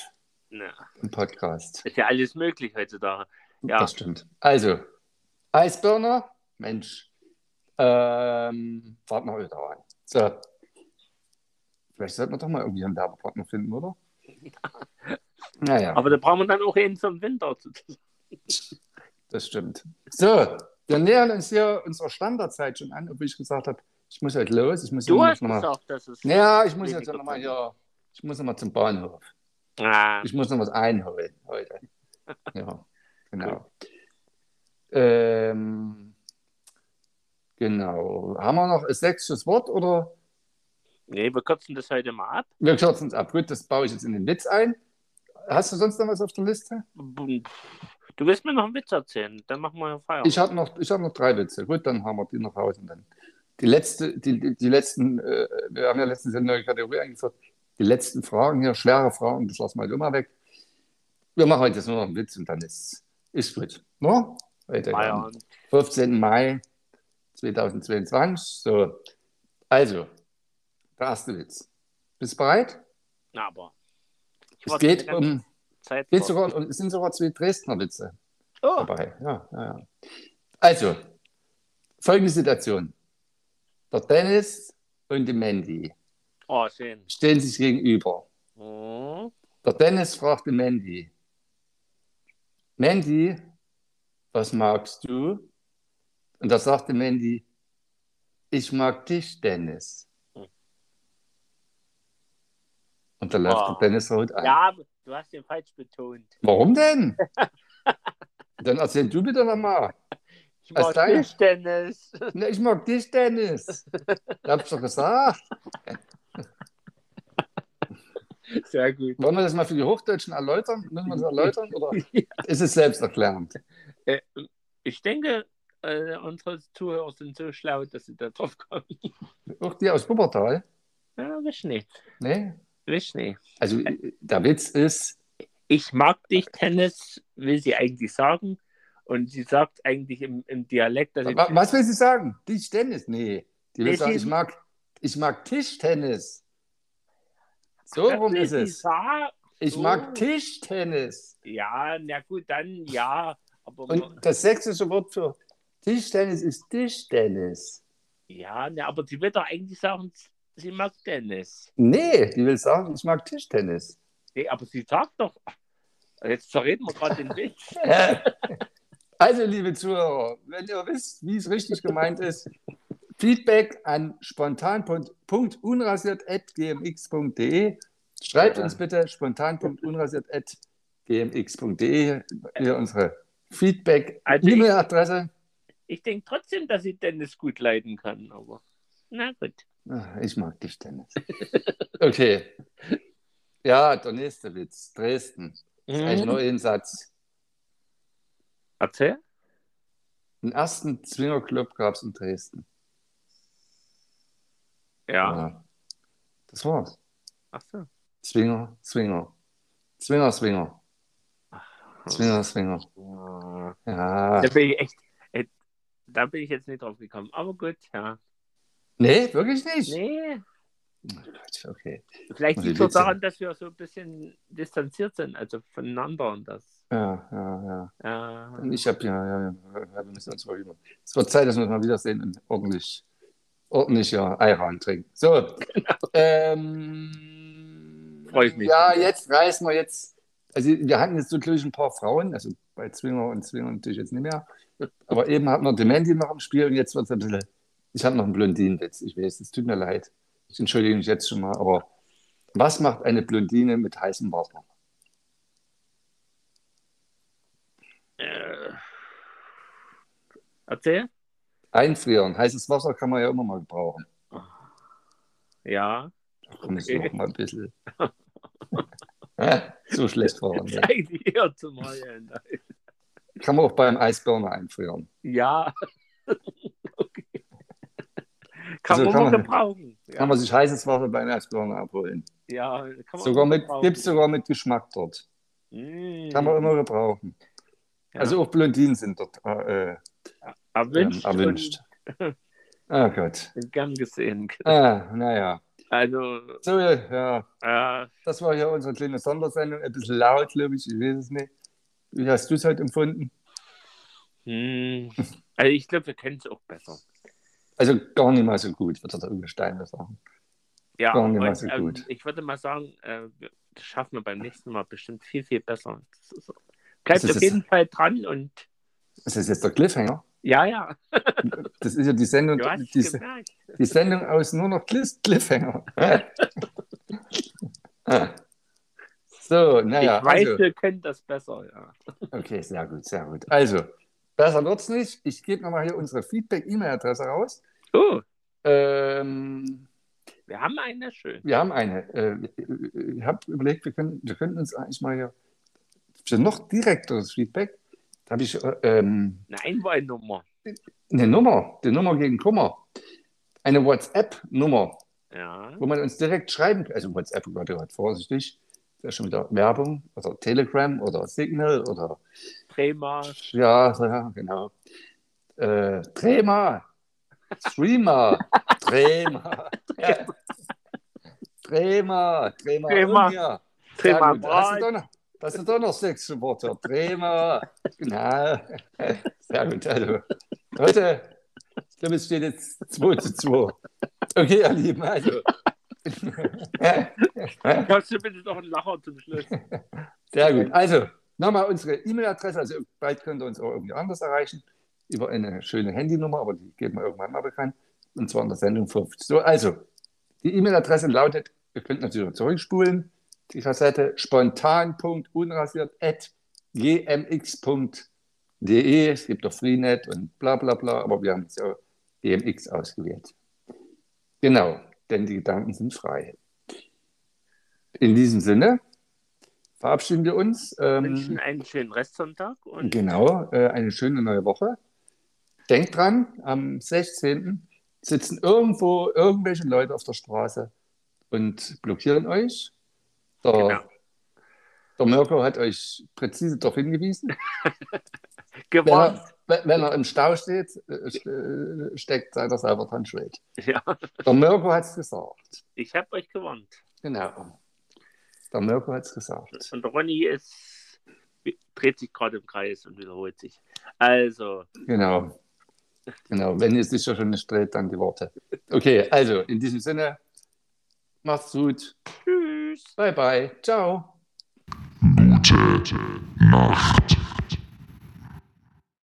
Speaker 2: Na,
Speaker 1: im Podcast.
Speaker 2: ist ja alles möglich heutzutage. Ja.
Speaker 1: Das stimmt. Also, Eisbirner, Mensch, ähm, fahrt mal wieder rein. So. Vielleicht sollten wir doch mal irgendwie einen Werbepartner finden, oder? Naja.
Speaker 2: Aber da brauchen wir dann auch einen zum Winter.
Speaker 1: Das stimmt. So, wir nähern uns hier unserer Standardzeit schon an, obwohl ich gesagt habe, ich muss halt los. Ich muss
Speaker 2: Du
Speaker 1: hier
Speaker 2: hast
Speaker 1: noch mal-
Speaker 2: gesagt, dass es.
Speaker 1: Ja, ich muss jetzt nochmal hier. Ich muss nochmal zum Bahnhof.
Speaker 2: Ah,
Speaker 1: Ich muss noch was einholen
Speaker 2: *laughs*
Speaker 1: heute. Ja, genau. Ähm, genau. Haben wir noch ein sechstes Wort oder?
Speaker 2: nee, wir kürzen das heute mal ab.
Speaker 1: Wir kürzen es ab. Gut, das baue ich jetzt in den Witz ein. Hast du sonst noch was auf der Liste?
Speaker 2: Du willst mir noch einen Witz erzählen, dann machen wir Feier.
Speaker 1: Ich habe noch, ich hab noch drei Witze. Gut, dann haben wir die noch raus. Und dann. Die, letzte, die, die, die letzten, äh, wir haben ja letztens eine neue Kategorie eingeführt. Die letzten Fragen hier, schwere Fragen, das lassen wir halt immer weg. Wir machen heute jetzt nur noch einen Witz und dann ist ist gut. No? Heute, am
Speaker 2: Feiern.
Speaker 1: 15. Mai 2022. So. Also, der erste Witz. Bist du bereit?
Speaker 2: Na, aber. Ich
Speaker 1: Es
Speaker 2: warte die
Speaker 1: geht
Speaker 2: ganze
Speaker 1: um,
Speaker 2: Zeit
Speaker 1: geht
Speaker 2: drauf.
Speaker 1: sogar, um- es sind sogar zwei Dresdner Witze
Speaker 2: Oh,
Speaker 1: dabei. Ja, ja, ja. Also, folgende Situation. Der Dennis und die Mandy
Speaker 2: oh, schön.
Speaker 1: stehen sich gegenüber.
Speaker 2: Mhm.
Speaker 1: Der Dennis fragt die Mandy. Mandy, was magst du? Und da sagte Mandy, ich mag dich, Dennis. Und da läuft
Speaker 2: Oh.
Speaker 1: der Dennis rot an.
Speaker 2: Ja, aber du hast den falsch betont.
Speaker 1: Warum denn? Dann erzähl du bitte nochmal.
Speaker 2: Ich
Speaker 1: Als
Speaker 2: mag
Speaker 1: kleiner-
Speaker 2: Tischtennis.
Speaker 1: Na, ich mag dich,
Speaker 2: *laughs*
Speaker 1: Dennis. Ich hab's doch gesagt.
Speaker 2: Sehr gut.
Speaker 1: Wollen wir das mal für die Hochdeutschen erläutern? Müssen wir das erläutern?
Speaker 2: *laughs*
Speaker 1: Oder ist es selbsterklärend?
Speaker 2: Äh, ich denke, äh, unsere Zuhörer sind so schlau, dass sie da drauf kommen.
Speaker 1: Auch die aus Wuppertal?
Speaker 2: Ja, wisch nicht.
Speaker 1: Nee?
Speaker 2: Wisch nicht.
Speaker 1: Also, äh, der Witz ist,
Speaker 2: Ich mag dich, Tennis, will sie eigentlich sagen. Und sie sagt eigentlich im, im Dialekt, dass sie.
Speaker 1: wa- was will sie sagen? Dich, Dennis? Nee. Die will
Speaker 2: Also,
Speaker 1: sagen,
Speaker 2: Nee, sie-
Speaker 1: ich mag, ich mag Tischtennis. So
Speaker 2: Das
Speaker 1: rum
Speaker 2: will
Speaker 1: ist
Speaker 2: sie
Speaker 1: es.
Speaker 2: sagen.
Speaker 1: Ich
Speaker 2: so.
Speaker 1: mag Tischtennis.
Speaker 2: Ja, na gut, dann ja. Aber
Speaker 1: Und das sächsische Wort für Tischtennis ist Tischtennis.
Speaker 2: ja, ne, aber die will doch eigentlich sagen, sie mag Dennis.
Speaker 1: Nee, die will sagen, ich mag Tischtennis.
Speaker 2: Nee, aber sie sagt doch. Jetzt zerreden wir gerade den Witz.
Speaker 1: Äh, also, liebe Zuhörer, wenn ihr wisst, wie es richtig gemeint ist, Feedback an spontan.unrasiert.gmx.de. Schreibt
Speaker 2: Ja.
Speaker 1: uns bitte spontan.unrasiert.gmx.de hier unsere
Speaker 2: Also ich-
Speaker 1: Feedback-E-Mail-Adresse.
Speaker 2: Ich denke trotzdem, dass sie Dennis gut leiden kann, aber. Na gut.
Speaker 1: Ach, Ah, Ich mag Tischtennis. Okay. Ja, der nächste Witz. Dresden. Eigentlich
Speaker 2: Mhm.
Speaker 1: nur ein Satz.
Speaker 2: Erzähl.
Speaker 1: Den ersten Zwingerclub gab es in Dresden.
Speaker 2: Ja.
Speaker 1: Ja. Das war's.
Speaker 2: Ach so.
Speaker 1: Zwinger, Zwinger. Zwinger, Zwinger. Zwinger, Zwinger.
Speaker 2: Ja.
Speaker 1: Ja.
Speaker 2: Da bin ich echt. äh, Da bin ich jetzt nicht drauf gekommen. Aber gut, ja.
Speaker 1: Nee, wirklich nicht?
Speaker 2: Nee.
Speaker 1: Gott, Okay.
Speaker 2: Vielleicht
Speaker 1: Und
Speaker 2: liegt
Speaker 1: die
Speaker 2: es
Speaker 1: Witze.
Speaker 2: daran, dass wir so ein bisschen distanziert sind, also voneinander und das.
Speaker 1: Ja, ja, ja.
Speaker 2: Ja.
Speaker 1: Und ich habe ja, ja, ja, ja, wir müssen uns mal über. Es wird Zeit, dass wir uns mal wiedersehen und ordentlich, ordentlich ja, Eiran trinken. So. Ähm,
Speaker 2: Genau. Freu ich mich.
Speaker 1: Ja, jetzt reißen wir jetzt. Also, wir hatten jetzt natürlich ein paar Frauen, also bei Zwinger und Zwinger natürlich jetzt nicht mehr. Aber eben hatten wir Dementi noch im Spiel und jetzt wird es ein bisschen. Ich habe noch einen Blondinenwitz, ich weiß, es tut mir leid. Ich entschuldige mich jetzt schon mal, aber was macht eine Blondine mit heißem Wasser?
Speaker 2: Äh. Erzähl?
Speaker 1: Einfrieren. Heißes Wasser kann man ja immer mal gebrauchen.
Speaker 2: Ja.
Speaker 1: Da komme ich
Speaker 2: Okay.
Speaker 1: noch mal ein *laughs* bisschen. Ah, so schlecht verhandelt.
Speaker 2: Eigentlich eher zum Heulen.
Speaker 1: Kann man auch beim Eisbirne einfrieren.
Speaker 2: Ja. *laughs* okay. Kann
Speaker 1: Also
Speaker 2: man
Speaker 1: kann
Speaker 2: mal
Speaker 1: man-
Speaker 2: gebrauchen. Ja,
Speaker 1: Kann man sich heißes Wasser beim Eisbirne abholen.
Speaker 2: ja kann man
Speaker 1: Sogar mit,
Speaker 2: gebrauchen.
Speaker 1: gibt es sogar mit Geschmack dort.
Speaker 2: Mm.
Speaker 1: Kann man immer gebrauchen.
Speaker 2: Ja.
Speaker 1: Also auch Blondinen sind dort äh, äh,
Speaker 2: erwünscht,
Speaker 1: ähm,
Speaker 2: *laughs*
Speaker 1: erwünscht. Oh Gott.
Speaker 2: Und gern gesehen.
Speaker 1: Ah, naja.
Speaker 2: Also,
Speaker 1: So, ja.
Speaker 2: äh,
Speaker 1: Das war hier unsere kleine Sondersendung. Ein bisschen laut, glaube ich. Ich weiß es nicht. Wie hast du es heute empfunden?
Speaker 2: hm. also ich glaube, wir können es auch besser.
Speaker 1: Also gar nicht mal so gut, wird der Uwe Steiner sagen.
Speaker 2: Ja,
Speaker 1: Gar nicht mal
Speaker 2: und,
Speaker 1: so
Speaker 2: ähm,
Speaker 1: gut.
Speaker 2: ich würde mal sagen, äh, wir- das schaffen wir beim nächsten Mal bestimmt viel, viel besser. Das ist so. Bleibt
Speaker 1: Das ist
Speaker 2: auf
Speaker 1: es.
Speaker 2: jeden Fall dran und
Speaker 1: Ist das jetzt der Cliffhanger?
Speaker 2: ja, ja,
Speaker 1: Das ist ja die Sendung,
Speaker 2: du hast
Speaker 1: die,
Speaker 2: es gemerkt.
Speaker 1: die Sendung aus nur noch Cliff-
Speaker 2: *laughs*
Speaker 1: Cliffhanger. so, naja.
Speaker 2: ich weiß,
Speaker 1: also,
Speaker 2: wir können das besser, ja.
Speaker 1: okay, sehr gut, sehr gut. Also, besser wird's nicht. Ich gebe nochmal hier unsere Feedback-E-Mail-Adresse raus.
Speaker 2: Oh,
Speaker 1: Ähm,
Speaker 2: wir haben eine schön.
Speaker 1: Wir haben eine. Äh, ich habe überlegt, wir, können, wir könnten uns eigentlich mal hier für noch direkteres Feedback, da habe ich äh, ähm,
Speaker 2: Eine Einwahlnummer.
Speaker 1: eine Nummer, die Nummer gegen Kummer. Eine WhatsApp-Nummer,
Speaker 2: Ja.
Speaker 1: wo man uns direkt schreiben kann. Also WhatsApp, oh Gott, oh Gott, vorsichtig. Da ist schon wieder Werbung oder Telegram oder Signal oder
Speaker 2: Thema.
Speaker 1: ja, ja genau. Äh, Trema, Streamer, Trema, Trema, Trema,
Speaker 2: Trema.
Speaker 1: Unia.
Speaker 2: Thema.
Speaker 1: Sehr gut. Hast du da noch, hast du da noch sechs Worte? Bremer. Genau. *laughs* Sehr gut. Also, Leute, ich glaube, es steht jetzt 2 zu 2. Okay, ihr Lieben, also. *laughs*
Speaker 2: Kannst du bitte noch einen Lacher zum Schluss?
Speaker 1: Sehr gut. Also, nochmal unsere E-Mail-Adresse. Also, bald könnt ihr uns auch irgendwie anders erreichen. Über eine schöne Handynummer, aber die geben wir irgendwann mal bekannt. Und zwar in der Sendung 5. So, also, die E-Mail-Adresse lautet, ihr könnt natürlich auch zurückspulen, die Kassette spontan.unrasiert.gmx.de. Es gibt auch Freenet und bla bla bla, aber wir haben jetzt auch GMX ausgewählt. Genau, denn die Gedanken sind frei. In diesem Sinne verabschieden wir uns. Ähm,
Speaker 2: Wünschen einen schönen Restsonntag und
Speaker 1: Genau, äh, eine schöne neue Woche. Denkt dran, am 16. sitzen irgendwo irgendwelche Leute auf der Straße und blockieren euch. Der,
Speaker 2: Genau.
Speaker 1: der Mirko hat euch präzise darauf hingewiesen. Wenn
Speaker 2: gewarnt.
Speaker 1: er, wenn wenn er im Stau steht, äh, st- äh, steckt, seid ihr selber dran schuld.
Speaker 2: *laughs* Ja,
Speaker 1: Der Mirko hat es gesagt.
Speaker 2: ich habe euch gewarnt.
Speaker 1: Genau. Der Mirko hat es gesagt.
Speaker 2: Und Ronny ist dreht sich gerade im Kreis und wiederholt sich. Also,
Speaker 1: Genau. Genau, wenn es sich ja schon nicht dreht, dann die Worte. Okay, also in diesem Sinne, macht's gut.
Speaker 2: tschüss.
Speaker 1: Bye bye. Ciao.
Speaker 3: Gute Nacht.